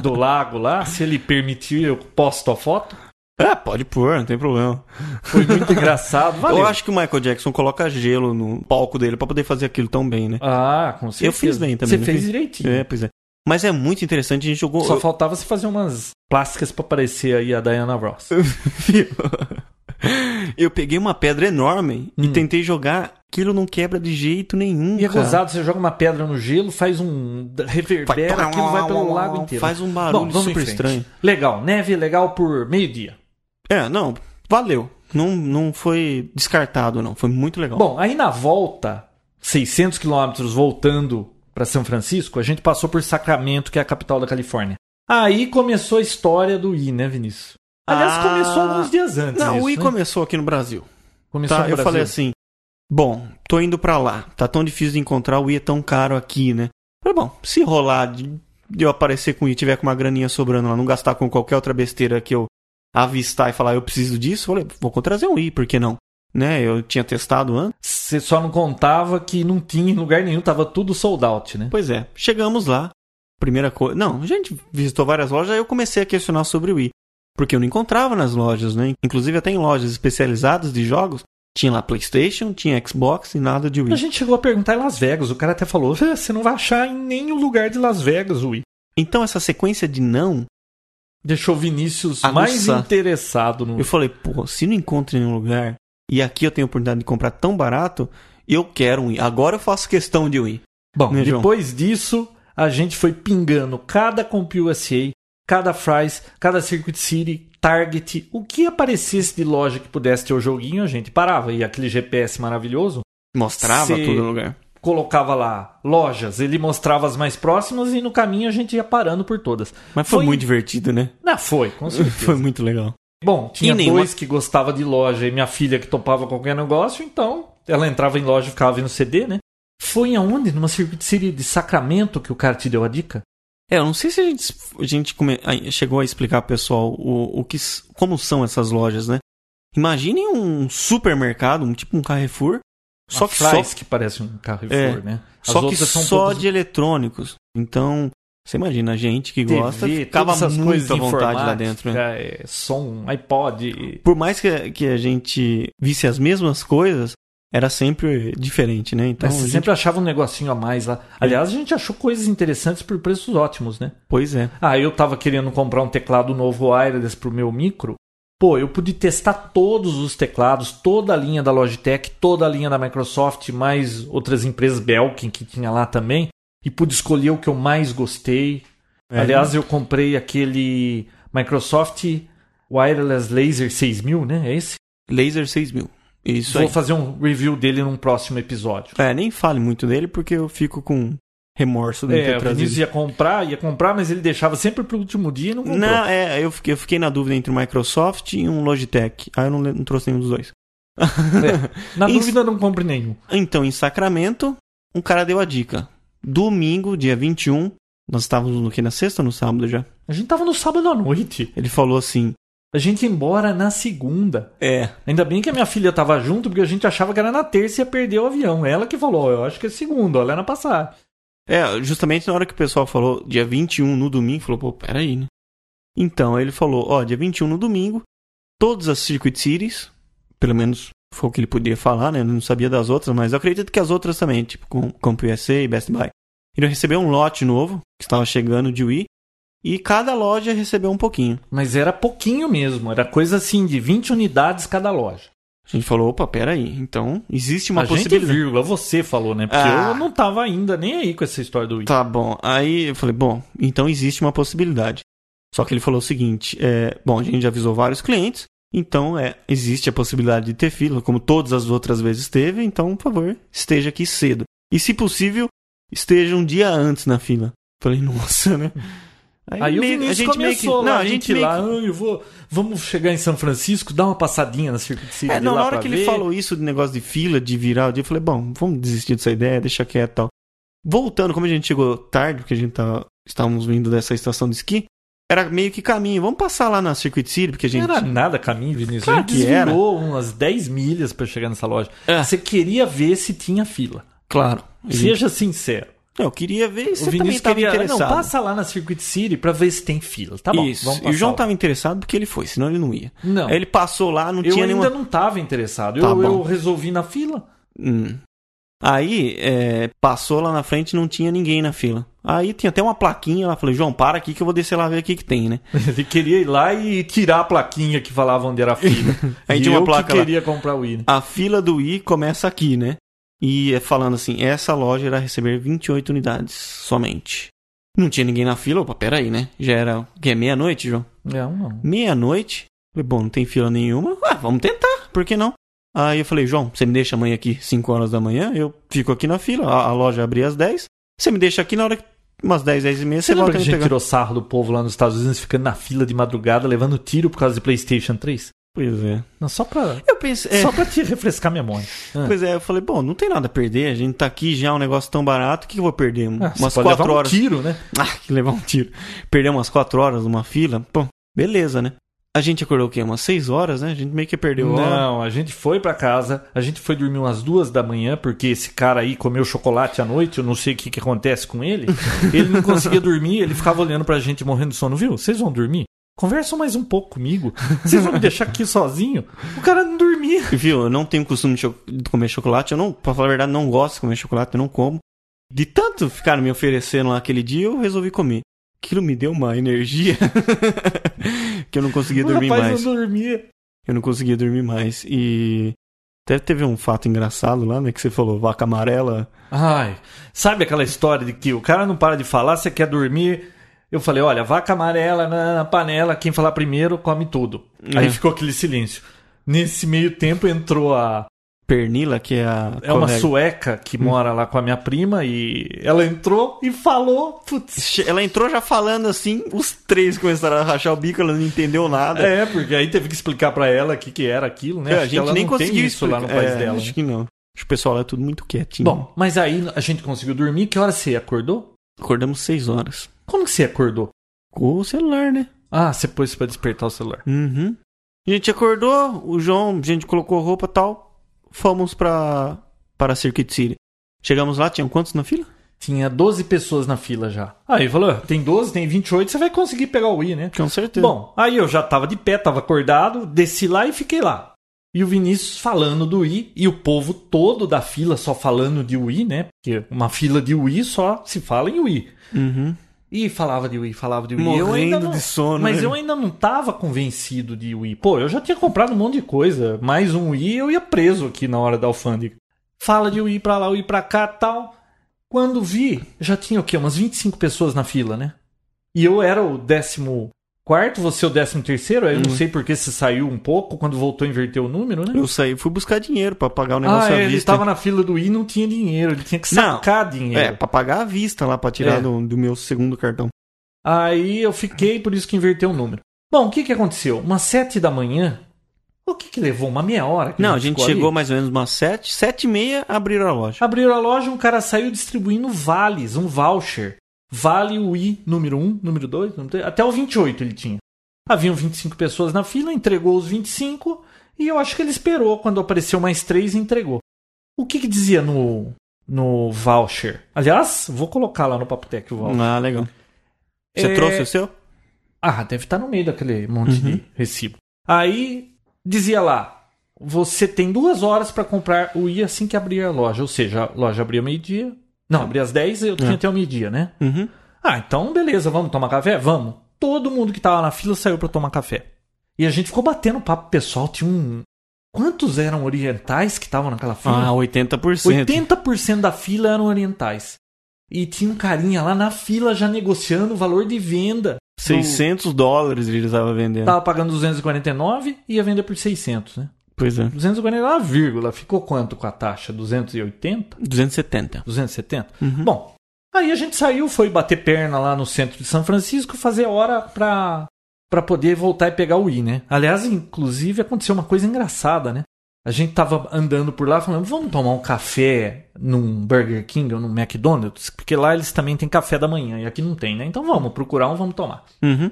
Speaker 3: do lago lá. Se ele permitir, eu posto a foto.
Speaker 1: Ah, pode pôr, não tem problema.
Speaker 3: Foi muito engraçado. Valeu.
Speaker 1: Eu acho que o Michael Jackson coloca gelo no palco dele pra poder fazer aquilo tão bem, né?
Speaker 3: Ah, com certeza.
Speaker 1: Eu fiz bem também,
Speaker 3: Você
Speaker 1: não
Speaker 3: fez
Speaker 1: fiz?
Speaker 3: direitinho.
Speaker 1: É, pois é. Mas é muito interessante, a gente jogou.
Speaker 3: Só faltava você fazer umas plásticas pra parecer aí a Diana Ross.
Speaker 1: eu peguei uma pedra enorme e
Speaker 3: Hum.
Speaker 1: tentei jogar. Aquilo não quebra de jeito nenhum.
Speaker 3: E é
Speaker 1: cara.
Speaker 3: gozado, você joga uma pedra no gelo, faz um. reverbera, aquilo vai pelo lago inteiro.
Speaker 1: Faz um
Speaker 3: Bom,
Speaker 1: barulho
Speaker 3: vamos em
Speaker 1: super
Speaker 3: frente.
Speaker 1: estranho.
Speaker 3: Legal, neve é legal por meio-dia.
Speaker 1: É, não, valeu. Não, não foi descartado, não. Foi muito legal.
Speaker 3: Bom, aí na volta, 600 quilômetros voltando para São Francisco, a gente passou por Sacramento, que é a capital da Califórnia. Aí começou a história do I, né, Vinícius? Aliás,
Speaker 1: Ah.
Speaker 3: começou alguns dias antes.
Speaker 1: não,
Speaker 3: isso,
Speaker 1: o I
Speaker 3: né?
Speaker 1: começou aqui no Brasil.
Speaker 3: começou
Speaker 1: Tá,
Speaker 3: no
Speaker 1: eu
Speaker 3: Brasil.
Speaker 1: falei assim: bom, tô indo pra lá. Tá tão difícil de encontrar, o I é tão caro aqui, né? Falei, bom, se rolar de, de eu aparecer com o I, tiver com uma graninha sobrando lá, não gastar com qualquer outra besteira que eu avistar e falar eu preciso disso, falei, vou trazer um I, por que não? Né? Eu tinha testado antes.
Speaker 3: Você só não contava que não tinha em lugar nenhum, tava tudo sold out, né?
Speaker 1: Pois é, chegamos lá. Primeira coisa. Não, a gente visitou várias lojas, aí eu comecei a questionar sobre o Wii. Porque eu não encontrava nas lojas, né? Inclusive até em lojas especializadas de jogos. Tinha lá Playstation, tinha Xbox e nada de
Speaker 3: A
Speaker 1: Wii.
Speaker 3: gente chegou a perguntar em Las Vegas, o cara até falou: "Ah, você não vai achar em nenhum lugar de Las Vegas o I.
Speaker 1: Então essa sequência de não,
Speaker 3: Deixou o Vinícius
Speaker 1: Ah,
Speaker 3: mais
Speaker 1: nossa.
Speaker 3: interessado no.
Speaker 1: eu falei, pô, se não encontro em nenhum lugar e aqui eu tenho a oportunidade de comprar tão barato, eu quero um Wii. Agora eu faço questão de Wii.
Speaker 3: Bom,
Speaker 1: Né, João?
Speaker 3: depois disso, a gente foi pingando cada Compu USA, cada Fries, cada Circuit City, Target, o que aparecesse de loja que pudesse ter o joguinho, a gente parava. E aquele GPS maravilhoso
Speaker 1: Mostrava
Speaker 3: Se-
Speaker 1: tudo no lugar.
Speaker 3: colocava lá lojas, ele mostrava as mais próximas e no caminho a gente ia parando por todas.
Speaker 1: Mas foi,
Speaker 3: Foi-
Speaker 1: muito divertido, né?
Speaker 3: Não, foi, com certeza.
Speaker 1: Foi muito legal.
Speaker 3: Bom, tinha
Speaker 1: E nenhuma-
Speaker 3: dois que gostava de loja e minha filha que topava qualquer negócio, então ela entrava em loja e ficava vendo CD, né? Foi aonde? Numa Circuit City de Sacramento que o cara te deu a dica?
Speaker 1: É, eu não sei se a gente, a gente come- a- chegou a explicar, pessoal, o, o que, s- como são essas lojas, né? Imaginem um supermercado, um tipo um Carrefour, só
Speaker 3: A
Speaker 1: que só,
Speaker 3: Fry's que parece um Carrefour,
Speaker 1: É.
Speaker 3: né? Ah, As
Speaker 1: só, que
Speaker 3: outras são
Speaker 1: só
Speaker 3: todas-
Speaker 1: de eletrônicos. Então, você imagina, a gente que
Speaker 3: TV,
Speaker 1: gosta
Speaker 3: todas
Speaker 1: ficava
Speaker 3: essas coisas
Speaker 1: muito à
Speaker 3: de
Speaker 1: vontade lá
Speaker 3: informática,
Speaker 1: dentro. Né?
Speaker 3: é, som, iPod.
Speaker 1: Por mais que, que a gente visse as mesmas coisas, era sempre diferente, né? Então,
Speaker 3: Mas
Speaker 1: a
Speaker 3: você
Speaker 1: gente- É.
Speaker 3: sempre achava um negocinho a mais lá. Aliás, a gente achou coisas interessantes por preços ótimos, né?
Speaker 1: Pois é.
Speaker 3: Ah, eu tava querendo comprar um teclado novo wireless pro meu micro. Pô, eu pude testar todos os teclados, toda a linha da Logitech, toda a linha da Microsoft, mais outras empresas, Belkin, que tinha lá também. E pude escolher o que eu mais gostei.
Speaker 1: É.
Speaker 3: Aliás, eu comprei aquele Microsoft Wireless Laser 6000, né? É esse?
Speaker 1: Laser 6000. Isso
Speaker 3: Vou
Speaker 1: aí.
Speaker 3: fazer um review dele num próximo episódio.
Speaker 1: É, nem fale muito dele porque eu fico com remorso de não
Speaker 3: É,
Speaker 1: ter
Speaker 3: o Vinícius
Speaker 1: trazido.
Speaker 3: ia comprar, ia comprar, mas ele deixava sempre pro último dia e não comprou.
Speaker 1: Não, é, eu fiquei, eu fiquei na dúvida entre o Microsoft e um Logitech. Ah, eu não, le- não trouxe nenhum dos dois.
Speaker 3: Na
Speaker 1: Isso.
Speaker 3: dúvida, não compre nenhum.
Speaker 1: Então, em Sacramento, um cara deu a dica. Domingo, dia 21, nós estávamos no que? Na sexta ou no sábado já?
Speaker 3: A gente tava no sábado à noite.
Speaker 1: Ele falou assim:
Speaker 3: A gente ia embora na segunda.
Speaker 1: É,
Speaker 3: Ainda bem que a minha filha tava junto, porque a gente achava que era na terça e ia perder o avião. Ela que falou, "Ó, eu acho que é segunda, olha na passada.
Speaker 1: É, justamente na hora que o pessoal falou dia 21 no domingo, falou, pô, peraí, né? Então, ele falou, ó, dia 21 no domingo, todas as Circuit Cities, pelo menos foi o que ele podia falar, né? Ele não sabia das outras, mas eu acredito que as outras também, tipo com Camp USA e Best Buy. Ele recebeu um lote novo, que estava chegando de Wii, e cada loja recebeu um pouquinho.
Speaker 3: Mas era pouquinho mesmo, era coisa assim de 20 unidades cada loja.
Speaker 1: A gente falou, opa, peraí, então existe uma
Speaker 3: a gente,
Speaker 1: possibilidade.
Speaker 3: vírgula, você falou, né? Porque
Speaker 1: Ah.
Speaker 3: eu não tava ainda nem aí com essa história do Wii.
Speaker 1: Tá bom. Aí eu falei, bom, então existe uma possibilidade. Só que ele falou o seguinte: é, bom, a gente já avisou vários clientes, então é, existe a possibilidade de ter fila, como todas as outras vezes teve, então, por favor, esteja aqui cedo. E se possível, esteja um dia antes na fila. Falei, nossa, né?
Speaker 3: Aí o
Speaker 1: meio-
Speaker 3: Vinícius
Speaker 1: meio que-
Speaker 3: começou lá,
Speaker 1: não,
Speaker 3: a gente,
Speaker 1: meio
Speaker 3: lá,
Speaker 1: que-
Speaker 3: "Ah, eu vou, vamos chegar em São Francisco, dar uma passadinha na Circuit City
Speaker 1: É, não,
Speaker 3: lá
Speaker 1: na hora
Speaker 3: pra
Speaker 1: que
Speaker 3: ver.
Speaker 1: ele falou isso de negócio de fila, de virar o dia, eu falei, bom, vamos desistir dessa ideia, deixa quieto e tal. Voltando, como a gente chegou tarde, porque a gente tava, estávamos vindo dessa estação de esqui, era meio que caminho, vamos passar lá na Circuit City, porque a gente...
Speaker 3: Não era nada caminho, Vinícius.
Speaker 1: Claro
Speaker 3: a gente
Speaker 1: que era.
Speaker 3: desviou umas 10 milhas pra chegar nessa loja.
Speaker 1: É.
Speaker 3: Você queria ver se tinha fila.
Speaker 1: Claro. a gente-
Speaker 3: Seja sincero.
Speaker 1: Não, eu queria ver,
Speaker 3: o
Speaker 1: você também
Speaker 3: Vinícius
Speaker 1: estava
Speaker 3: queria.
Speaker 1: interessado.
Speaker 3: Não, passa lá na Circuit City pra ver se tem fila. Tá bom.
Speaker 1: isso,
Speaker 3: Vamos
Speaker 1: e o
Speaker 3: passar
Speaker 1: João
Speaker 3: lá.
Speaker 1: estava interessado porque ele foi, senão ele não ia.
Speaker 3: Não.
Speaker 1: Aí ele passou lá, não
Speaker 3: Eu
Speaker 1: tinha
Speaker 3: ainda
Speaker 1: nenhuma...
Speaker 3: não tava interessado.
Speaker 1: Tá
Speaker 3: eu,
Speaker 1: bom.
Speaker 3: eu resolvi na fila.
Speaker 1: Hum. Aí, é, passou lá na frente não tinha ninguém na fila. Aí tinha até uma plaquinha lá, falei, João, para aqui que eu vou descer lá ver o que que tem, né?
Speaker 3: Ele queria ir lá e tirar a plaquinha que falava onde era a fila.
Speaker 1: Aí
Speaker 3: e
Speaker 1: tinha uma
Speaker 3: eu
Speaker 1: placa
Speaker 3: que
Speaker 1: lá.
Speaker 3: queria comprar o Wii.
Speaker 1: A fila do I começa aqui, né? E é falando assim, essa loja irá receber 28 unidades somente. Não tinha ninguém na fila, opa, peraí, né? Já era, o que é meia-noite, João?
Speaker 3: Não, não.
Speaker 1: Meia-noite? Falei, bom, não tem fila nenhuma, ah, vamos tentar, por que não? Aí eu falei, João, você me deixa amanhã aqui 5 horas da manhã, eu fico aqui na fila, a, a loja abria às 10, você me deixa aqui na hora que umas 10, 10 e meia,
Speaker 3: Você
Speaker 1: você
Speaker 3: lembra
Speaker 1: volta
Speaker 3: que a
Speaker 1: me
Speaker 3: gente
Speaker 1: pegar.
Speaker 3: tirou sarro do povo lá nos Estados Unidos ficando na fila de madrugada, levando tiro por causa de PlayStation 3?
Speaker 1: Pois é.
Speaker 3: Não, só pra.
Speaker 1: Eu pensei, é,
Speaker 3: Só pra te refrescar a memória.
Speaker 1: pois é, eu falei, bom, não tem nada a perder, a gente tá aqui já, é um negócio tão barato, o que eu vou perder?
Speaker 3: Ah,
Speaker 1: umas
Speaker 3: você
Speaker 1: 4
Speaker 3: pode levar um
Speaker 1: horas.
Speaker 3: tiro, né?
Speaker 1: Ah, que levar um tiro. Perder umas 4 horas numa fila, pô, beleza, né? A gente acordou o quê? Umas 6 horas, né? A gente meio que perdeu a hora.
Speaker 3: Não, a gente foi pra casa, a gente foi dormir umas duas da manhã, porque esse cara aí comeu chocolate à noite, eu não sei o que, que acontece com ele. Ele não conseguia dormir, ele ficava olhando pra gente morrendo de sono, viu? Vocês vão dormir? Conversam mais um pouco comigo. Vocês vão me deixar aqui sozinho? O cara não dormia.
Speaker 1: Viu? Eu não tenho costume de, cho- de comer chocolate. Eu não, pra falar a verdade, não gosto de comer chocolate, eu não como. De tanto ficaram me oferecendo lá aquele dia, eu resolvi comer. Aquilo me deu uma energia que eu não conseguia
Speaker 3: o
Speaker 1: dormir
Speaker 3: rapaz
Speaker 1: mais.
Speaker 3: não dormia.
Speaker 1: Eu não conseguia dormir mais. E até teve um fato engraçado lá, né? Que você falou vaca amarela.
Speaker 3: Ai, sabe aquela história de que o cara não para de falar, você quer dormir. Eu falei, olha, vaca amarela na, na panela, quem falar primeiro come tudo. Aí
Speaker 1: É.
Speaker 3: ficou aquele silêncio. Nesse meio tempo entrou a,
Speaker 1: Pernila, que é a.
Speaker 3: É uma
Speaker 1: correga.
Speaker 3: sueca que mora lá com a minha prima e ela entrou e falou. Putz.
Speaker 1: Ela entrou já falando assim, os três começaram a rachar o bico, ela não entendeu nada.
Speaker 3: É, porque aí teve que explicar pra ela o que, que era aquilo, né?
Speaker 1: É,
Speaker 3: Acho que ela não tem isso lá no
Speaker 1: explicar.
Speaker 3: país
Speaker 1: É,
Speaker 3: dela.
Speaker 1: Acho
Speaker 3: né?
Speaker 1: que não. Acho que o pessoal lá é tudo muito quietinho.
Speaker 3: Bom, mas aí a gente conseguiu dormir. Que hora você acordou?
Speaker 1: acordamos seis horas.
Speaker 3: Como que você acordou?
Speaker 1: Com o celular, né?
Speaker 3: Ah, você pôs pra despertar o celular.
Speaker 1: Uhum. A gente acordou, o João, a gente colocou roupa e tal. Fomos pra, para Circuit City. Chegamos lá, tinham quantos na fila?
Speaker 3: Tinha 12 pessoas na fila já. Aí falou, "Ah, tem 12, tem 28, você vai conseguir pegar o Wii, né?
Speaker 1: Com certeza.
Speaker 3: Bom, aí eu já tava de pé, tava acordado, desci lá e fiquei lá. E o Vinícius falando do Wii e o povo todo da fila só falando de Wii, né? Porque uma fila de Wii só se fala em Wii.
Speaker 1: Uhum.
Speaker 3: E falava de Wii, falava de Wii. eu ainda
Speaker 1: morrendo
Speaker 3: não...
Speaker 1: de sono.
Speaker 3: Mas
Speaker 1: né?
Speaker 3: eu ainda não tava convencido de Wii. Pô, eu já tinha comprado um monte de coisa. Mais um Wii, eu ia preso aqui na hora da alfândega. Fala de Wii pra lá, Wii pra cá tal. Quando vi, já tinha o quê? Umas 25 pessoas na fila, né? E eu era o décimo quarto, você é o décimo terceiro. Aí eu não sei porque se saiu um pouco quando voltou a inverter o número, né?
Speaker 1: Uhum. Eu saí, fui buscar dinheiro pra pagar o
Speaker 3: Ah,
Speaker 1: negócio à
Speaker 3: é, ele
Speaker 1: vista.
Speaker 3: tava na fila do Wii e não tinha dinheiro. Ele tinha que sacar
Speaker 1: É,
Speaker 3: dinheiro.
Speaker 1: pra pagar à vista lá, pra tirar
Speaker 3: É.
Speaker 1: do, do meu segundo cartão.
Speaker 3: Aí eu fiquei, por isso que inverteu o número. Bom, o que que aconteceu? Umas sete da manhã. O que que levou? Uma meia hora? que
Speaker 1: Não, a gente
Speaker 3: ficou ali?
Speaker 1: chegou mais ou menos umas sete, sete e meia, abriram a loja.
Speaker 3: Abriram a loja, um cara saiu distribuindo vales, um voucher. Vale o I número 1, número 2, número três, até o 28 ele tinha. Haviam 25 pessoas na fila, entregou os 25 e eu acho que ele esperou quando apareceu mais três e entregou. O que que dizia no no voucher? Aliás, vou colocar lá no Papotec o voucher.
Speaker 1: Ah, legal. Você
Speaker 3: É,
Speaker 1: trouxe o seu?
Speaker 3: Ah, deve estar no meio daquele monte de recibo. Aí dizia lá: você tem duas horas para comprar o I assim que abrir a loja. Ou seja, a loja abria meio-dia. Não, abria às 10 eu tinha até o meio-dia, né?
Speaker 1: Uhum.
Speaker 3: Ah, então beleza, vamos tomar café? Vamos. Todo mundo que tava na fila saiu para tomar café. E a gente ficou batendo papo pessoal. Tinha um. Quantos eram orientais que estavam naquela fila?
Speaker 1: Ah, 80%.
Speaker 3: 80% da fila eram orientais. E tinha um carinha lá na fila já negociando o valor de venda.
Speaker 1: 600 dólares ele estava vendendo.
Speaker 3: Tava pagando 249 e ia vender por 600, né?
Speaker 1: Pois é.
Speaker 3: 249, vírgula, ficou quanto com a taxa? 280?
Speaker 1: 270.
Speaker 3: 270? Bom, aí a gente saiu, foi bater perna lá no centro de São Francisco, fazer hora pra, pra poder voltar e pegar o I, né? Aliás, inclusive, aconteceu uma coisa engraçada, né? A gente tava andando por lá falando, vamos tomar um café num Burger King ou num McDonald's? Porque lá eles também têm café da manhã e aqui não tem, né? Então vamos procurar um, vamos tomar.
Speaker 1: Uhum.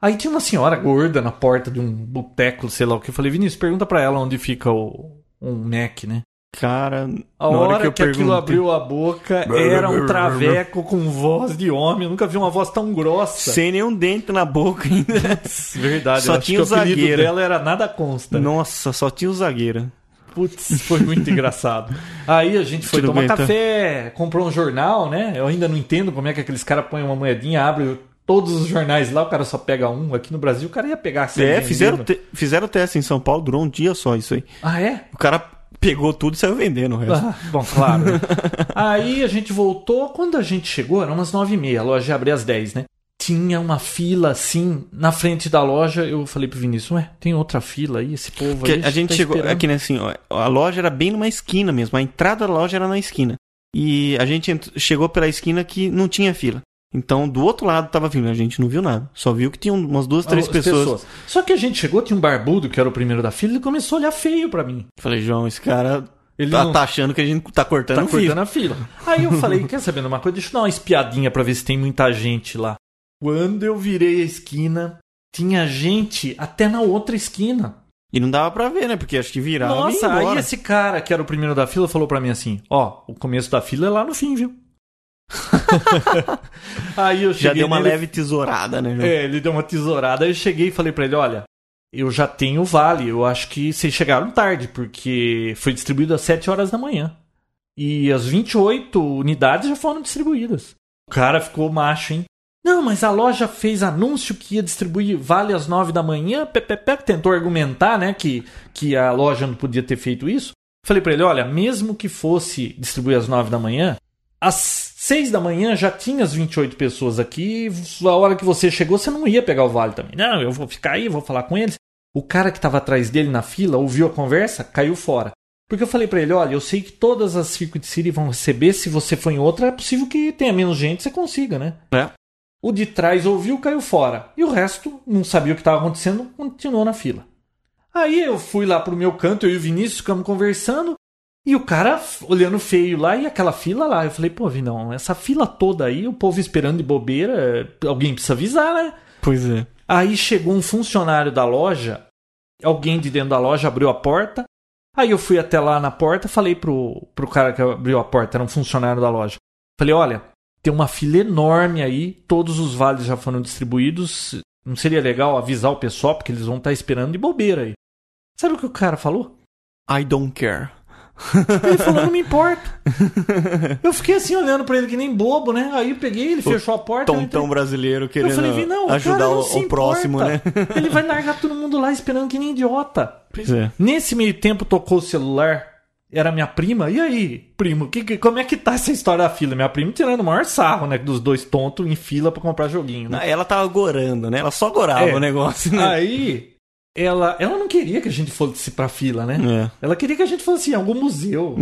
Speaker 3: Aí tinha uma senhora gorda na porta de um boteco, sei lá o que. Eu falei, Vinícius, pergunta pra ela onde fica o, um Mac, né?
Speaker 1: Cara, na
Speaker 3: A hora, que,
Speaker 1: eu
Speaker 3: aquilo
Speaker 1: perguntei-
Speaker 3: abriu a boca, era um traveco com voz de homem. Eu nunca vi uma voz tão grossa.
Speaker 1: Sem nenhum dente na boca ainda.
Speaker 3: Verdade,
Speaker 1: Só
Speaker 3: eu acho
Speaker 1: tinha o
Speaker 3: que o apelido
Speaker 1: zagueiro.
Speaker 3: dela era nada consta. né?
Speaker 1: Nossa, só tinha o zagueiro.
Speaker 3: Putz, foi muito engraçado. Aí a gente foi
Speaker 1: Tudo
Speaker 3: tomar
Speaker 1: bem, então.
Speaker 3: café, comprou um jornal, né? Eu ainda não entendo como é que aqueles caras põem uma moedinha, abrem todos os jornais lá, o cara só pega um. Aqui no Brasil, o cara ia pegar. se
Speaker 1: É,
Speaker 3: ele
Speaker 1: fizeram,
Speaker 3: vendendo.
Speaker 1: te... fizeram teste em São Paulo, durou um dia só isso aí.
Speaker 3: Ah, é?
Speaker 1: O cara pegou tudo e saiu vendendo o resto.
Speaker 3: Ah, bom, claro. Aí a gente voltou. Quando a gente chegou, eram umas nove e meia. A loja ia abrir às 10, né? Tinha uma fila assim na frente da loja. Eu falei pro Vinícius: Ué, tem outra fila aí? Esse povo
Speaker 1: Porque
Speaker 3: aí.
Speaker 1: a gente
Speaker 3: tá
Speaker 1: chegou
Speaker 3: esperando."
Speaker 1: aqui, né, assim, ó, a loja era bem numa esquina mesmo, a entrada da loja era na esquina. E a gente ent- chegou pela esquina que não tinha fila. Então, do outro lado tava vindo, a gente não viu nada. Só viu que tinha um, umas duas, três
Speaker 3: As
Speaker 1: pessoas.
Speaker 3: Só que a gente chegou, tinha um barbudo que era o primeiro da fila. Ele começou a olhar feio pra mim.
Speaker 1: Falei, João, esse cara
Speaker 3: Ele
Speaker 1: tá,
Speaker 3: não-
Speaker 1: tá achando que a gente tá cortando
Speaker 3: Tá
Speaker 1: o fio.
Speaker 3: cortando a fila. Aí eu falei, quer saber de uma coisa? Deixa eu dar uma espiadinha pra ver se tem muita gente lá. Quando eu virei a esquina, tinha gente até na outra esquina.
Speaker 1: E não dava pra ver, né? Porque acho que virava e
Speaker 3: Nossa,
Speaker 1: ia
Speaker 3: aí
Speaker 1: embora.
Speaker 3: esse cara que era o primeiro da fila falou pra mim assim: Ó, o começo da fila é lá no fim, viu? aí eu cheguei.
Speaker 1: Já deu uma
Speaker 3: nele-
Speaker 1: leve tesourada, né, João?
Speaker 3: É, ele deu uma tesourada. Aí eu cheguei e falei pra ele: Olha, eu já tenho o vale. Eu acho que vocês chegaram tarde, porque foi distribuído às 7 horas da manhã. E as 28 unidades já foram distribuídas. O cara ficou macho, hein? Não, mas a loja fez anúncio que ia distribuir vale às 9 da manhã. Pepepe tentou argumentar, né, que, que a loja não podia ter feito isso. Falei pra ele, olha, mesmo que fosse distribuir às 9 da manhã, às 6 da manhã já tinha as 28 pessoas aqui, e a hora que você chegou você não ia pegar o vale também. Não, eu vou ficar aí, vou falar com eles. O cara que estava atrás dele na fila ouviu a conversa, caiu fora. Porque eu falei pra ele, olha, eu sei que todas as Circuit City vão receber, se você for em outra, é possível que tenha menos gente, você consiga, né?
Speaker 1: É.
Speaker 3: O de trás ouviu, caiu fora. E o resto não sabia o que estava acontecendo, continuou na fila. Aí eu fui lá pro meu canto, eu e o Vinícius ficamos conversando. E o cara f- olhando feio lá e aquela fila lá. Eu falei, pô, Vinão, essa fila toda aí, o povo esperando de bobeira, eh, alguém precisa avisar, né?
Speaker 1: Pois é.
Speaker 3: Aí chegou um funcionário da loja, alguém de dentro da loja abriu a porta. Aí eu fui até lá na porta, falei pro, pro cara que abriu a porta, era um funcionário da loja. Falei, olha, tem uma fila enorme aí, todos os vales já foram distribuídos. Não seria legal avisar o pessoal, porque eles vão estar esperando de bobeira aí. Sabe o que o cara falou?
Speaker 1: I don't care.
Speaker 3: Ele falou, não me importo. Eu fiquei assim olhando pra ele que nem bobo, né? Aí eu peguei, ele fechou a porta. Ah, eu entrei-
Speaker 1: Tontão brasileiro
Speaker 3: eu
Speaker 1: querendo
Speaker 3: falei, não,
Speaker 1: ajudar o, o próximo, né?
Speaker 3: Ele vai largar todo mundo lá esperando que nem idiota.
Speaker 1: Pois é.
Speaker 3: Nesse meio tempo tocou o celular, era minha prima. E aí, primo, que, que- como é que tá essa história da fila? Minha prima tirando o maior sarro, né? Dos dois tontos em fila pra comprar joguinho, né?
Speaker 1: Ela tava gorando, né? Ela só gorava
Speaker 3: É.
Speaker 1: o negócio, né?
Speaker 3: Aí, ela, ela não queria que a gente fosse pra fila, né?
Speaker 1: É.
Speaker 3: Ela queria que a gente fosse em algum museu.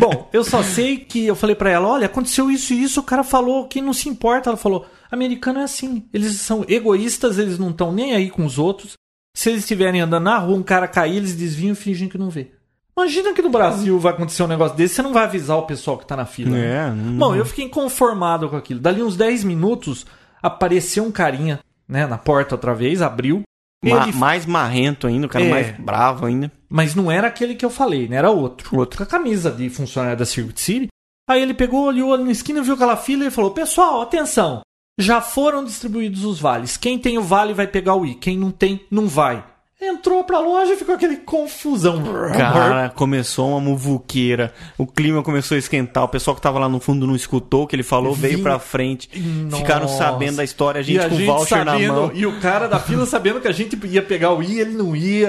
Speaker 3: Bom, eu só sei que eu falei pra ela: olha, aconteceu isso e isso, o cara falou que não se importa. Ela falou: americano é assim, eles são egoístas, eles não estão nem aí com os outros. Se eles estiverem andando na rua, um cara cair, eles desviam e fingem que não vê. Imagina que no Brasil vai acontecer um negócio desse, você não vai avisar o pessoal que tá na fila. né?
Speaker 1: É, não-
Speaker 3: Bom, eu fiquei inconformado com aquilo. Dali uns 10 minutos, apareceu um carinha, né, na porta outra vez, abriu.
Speaker 1: Ma-
Speaker 3: Ele-
Speaker 1: mais marrento ainda, o cara
Speaker 3: É.
Speaker 1: mais bravo ainda.
Speaker 3: Mas não era aquele que eu falei, né? Era outro.
Speaker 1: Outro.
Speaker 3: Com a camisa de funcionário da Circuit City. Aí ele pegou, olhou ali na esquina, viu aquela fila e falou: Pessoal, atenção! Já foram distribuídos os vales. Quem tem o vale vai pegar o I. Quem não tem, não vai. Entrou pra loja e ficou aquele confusão.
Speaker 1: Cara, começou uma muvuqueira. O clima começou a esquentar. O pessoal que tava lá no fundo não escutou o que ele falou, veio
Speaker 3: Vim-
Speaker 1: pra frente.
Speaker 3: Nossa.
Speaker 1: Ficaram sabendo da história, a
Speaker 3: E
Speaker 1: gente
Speaker 3: a
Speaker 1: com
Speaker 3: gente
Speaker 1: voucher na
Speaker 3: sabendo-
Speaker 1: mão.
Speaker 3: E o cara da fila sabendo que a gente ia pegar o I, ele não ia.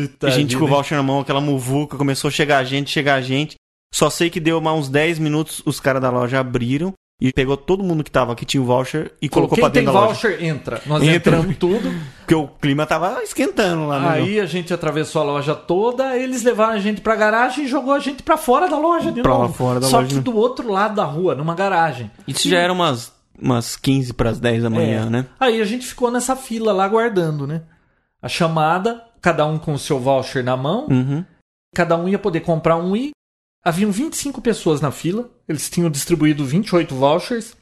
Speaker 3: Eita
Speaker 1: a gente com o
Speaker 3: vida.
Speaker 1: voucher na mão, aquela muvuca, começou a chegar a gente, chegar a gente. Só sei que deu mais uns 10 minutos, os caras da loja abriram e pegou todo mundo que tava que tinha o voucher e colocou
Speaker 3: Quem
Speaker 1: pra dentro
Speaker 3: tem
Speaker 1: da loja.
Speaker 3: voucher entra. Nós
Speaker 1: Entra.
Speaker 3: entramos tudo.
Speaker 1: Porque o clima tava esquentando lá, né? meu?
Speaker 3: Aí a gente atravessou a loja toda, eles levaram a gente pra garagem e jogou a gente pra fora da loja de
Speaker 1: Pra
Speaker 3: novo.
Speaker 1: lá fora da
Speaker 3: Só
Speaker 1: loja,
Speaker 3: que
Speaker 1: né?
Speaker 3: do outro lado da rua, numa garagem.
Speaker 1: Isso já era umas, umas 15 pras 10 da manhã,
Speaker 3: É.
Speaker 1: né?
Speaker 3: Aí a gente ficou nessa fila lá aguardando, né? A chamada, cada um com o seu voucher na mão,
Speaker 1: Uhum.
Speaker 3: cada um ia poder comprar um e haviam 25 pessoas na fila, eles tinham distribuído 28 vouchers,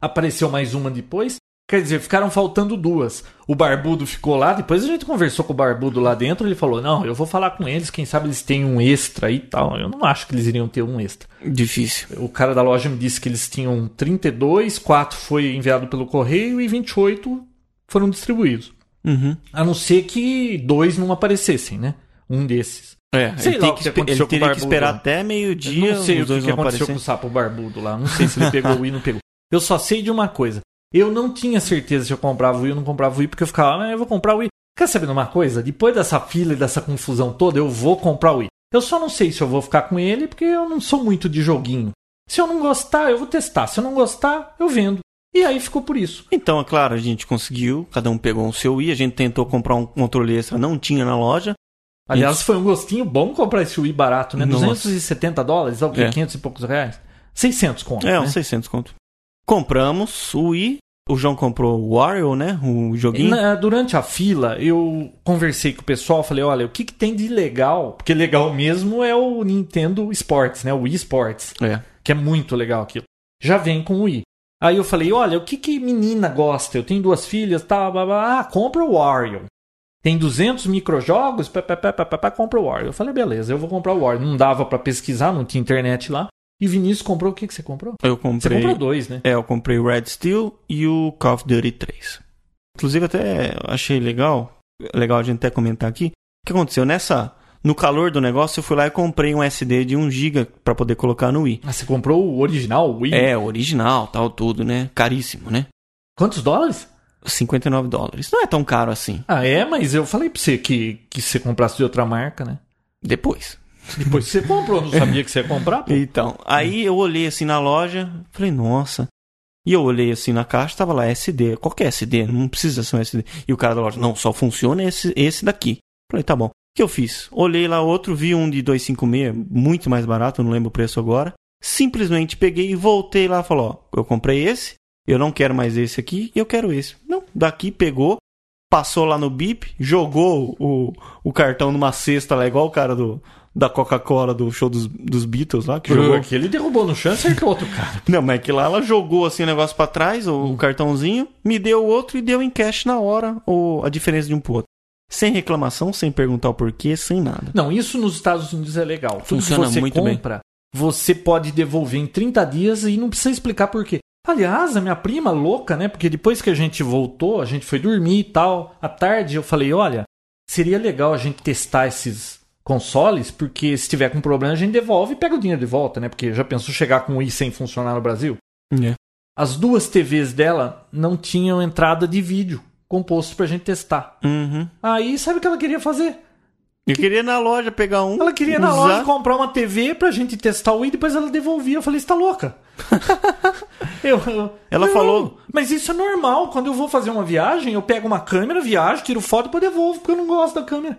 Speaker 3: apareceu mais uma depois. Quer dizer, ficaram faltando duas. O Barbudo ficou lá, depois a gente conversou com o Barbudo lá dentro, ele falou: "Não, eu vou falar com eles, quem sabe eles têm um extra aí e tal". Eu não acho que eles iriam ter um extra.
Speaker 1: Difícil.
Speaker 3: O cara da loja me disse que eles tinham 32, 4 foi enviado pelo correio e 28 foram distribuídos.
Speaker 1: Uhum.
Speaker 3: A não ser que dois não aparecessem, né? Um desses.
Speaker 1: É,
Speaker 3: Sei
Speaker 1: ele,
Speaker 3: lá
Speaker 1: tem
Speaker 3: o
Speaker 1: que,
Speaker 3: que
Speaker 1: espe-
Speaker 3: aconteceu
Speaker 1: ele
Speaker 3: com o
Speaker 1: teria que
Speaker 3: Barbudo.
Speaker 1: esperar até meio-dia,
Speaker 3: Eu não sei
Speaker 1: os
Speaker 3: o que,
Speaker 1: dois
Speaker 3: que
Speaker 1: vão
Speaker 3: aconteceu
Speaker 1: aparecer.
Speaker 3: com o sapo barbudo lá. Não sei se ele pegou o Wii ou não pegou. Eu só sei de uma coisa. Eu não tinha certeza se eu comprava o Wii ou não comprava o Wii, porque eu ficava, ah, eu vou comprar o Wii. Quer saber de uma coisa? Depois dessa fila e dessa confusão toda, eu vou comprar o Wii. Eu só não sei se eu vou ficar com ele, porque eu não sou muito de joguinho. Se eu não gostar, eu vou testar. Se eu não gostar, eu vendo. E aí ficou por isso.
Speaker 1: Então, é claro, a gente conseguiu, cada um pegou o seu Wii, a gente tentou comprar um controle extra, não tinha na loja.
Speaker 3: Aliás,
Speaker 1: Isso.
Speaker 3: foi um gostinho bom comprar esse Wii barato, né?
Speaker 1: Nossa.
Speaker 3: 270 dólares, algo que
Speaker 1: É.
Speaker 3: 500 e poucos reais. 600 conto,
Speaker 1: É,
Speaker 3: né?
Speaker 1: uns 600 conto. Compramos o Wii, o João comprou o Wario, né, o joguinho.
Speaker 3: Na- durante a fila, eu conversei com o pessoal, falei, olha, o que, que tem de legal? Porque legal mesmo é o Nintendo Sports, né? O Wii Sports,
Speaker 1: É.
Speaker 3: que é muito legal aquilo. Já vem com o Wii. Aí eu falei, olha, o que, que menina gosta? Eu tenho duas filhas, tá, blá, blá, ah, compra o Wario. Tem 200 microjogos, pá, pá, pá, pá, pá, pá, compra o Wario. Eu falei, beleza, eu vou comprar o Wario. Não dava pra pesquisar, não tinha internet lá. E Vinícius comprou, o que, que você comprou?
Speaker 1: Eu
Speaker 3: Você
Speaker 1: comprei.
Speaker 3: comprou dois, né?
Speaker 1: É, eu comprei o Red Steel e o Call of Duty 3. Inclusive, até achei legal, legal a gente até comentar aqui, o que aconteceu nessa... No calor do negócio, eu fui lá e comprei um SD de 1 GB pra poder colocar no Wii.
Speaker 3: Ah, você comprou o original, o Wii?
Speaker 1: É, original, tal, tudo, né? Caríssimo, né?
Speaker 3: Quantos dólares?
Speaker 1: 59 dólares. Não é tão caro assim.
Speaker 3: Ah, é? Mas eu falei pra você que, que você comprasse de outra marca, né?
Speaker 1: Depois.
Speaker 3: Depois você comprou, não sabia que você ia comprar? pô.
Speaker 1: Então, aí eu olhei assim na loja, falei, nossa. E eu olhei assim na caixa, tava lá SD. Qual que é SD? Não precisa ser um SD. E o cara da loja, não, só funciona esse, esse daqui. Falei, tá bom. O que eu fiz? Olhei lá outro, vi um de 256, muito mais barato, não lembro o preço agora. Simplesmente peguei e voltei lá e falei, ó, eu comprei esse, eu não quero mais esse aqui, eu quero esse. Não, daqui pegou, passou lá no bip, jogou o, o cartão numa cesta lá, igual o cara do, da Coca-Cola do show dos, dos Beatles lá, que
Speaker 3: Jogou
Speaker 1: jogou.
Speaker 3: aqui, ele derrubou no chão e acertou outro cara.
Speaker 1: Não, mas é que lá ela jogou assim o negócio pra trás, o, o cartãozinho, me deu outro e deu em cash na hora ou a diferença de um pro outro. Sem reclamação, sem perguntar o porquê, sem nada.
Speaker 3: Não, isso nos Estados Unidos é legal. Tudo
Speaker 1: Funciona
Speaker 3: que você
Speaker 1: muito bem.
Speaker 3: compra, você pode devolver em 30 dias e não precisa explicar por quê. Aliás, a minha prima louca, né? Porque depois que a gente voltou, a gente foi dormir e tal. À tarde eu falei, olha, seria legal a gente testar esses consoles, porque se tiver com problema a gente devolve e pega o dinheiro de volta, né? Porque já pensou chegar com o i sem funcionar no Brasil?
Speaker 1: É.
Speaker 3: As duas TVs dela não tinham entrada de vídeo composto pra gente testar.
Speaker 1: Uhum.
Speaker 3: Aí sabe o que ela queria fazer?
Speaker 1: Eu queria ir na loja pegar um.
Speaker 3: Ela queria ir na
Speaker 1: usar.
Speaker 3: loja comprar uma TV pra gente testar o i depois ela devolvia. Eu falei, você tá louca? Eu- eu-
Speaker 1: Ela
Speaker 3: "Não,
Speaker 1: falou-
Speaker 3: Mas isso é normal. Quando eu vou fazer uma viagem, eu pego uma câmera, viajo, tiro foto e depois devolvo, porque eu não gosto da câmera.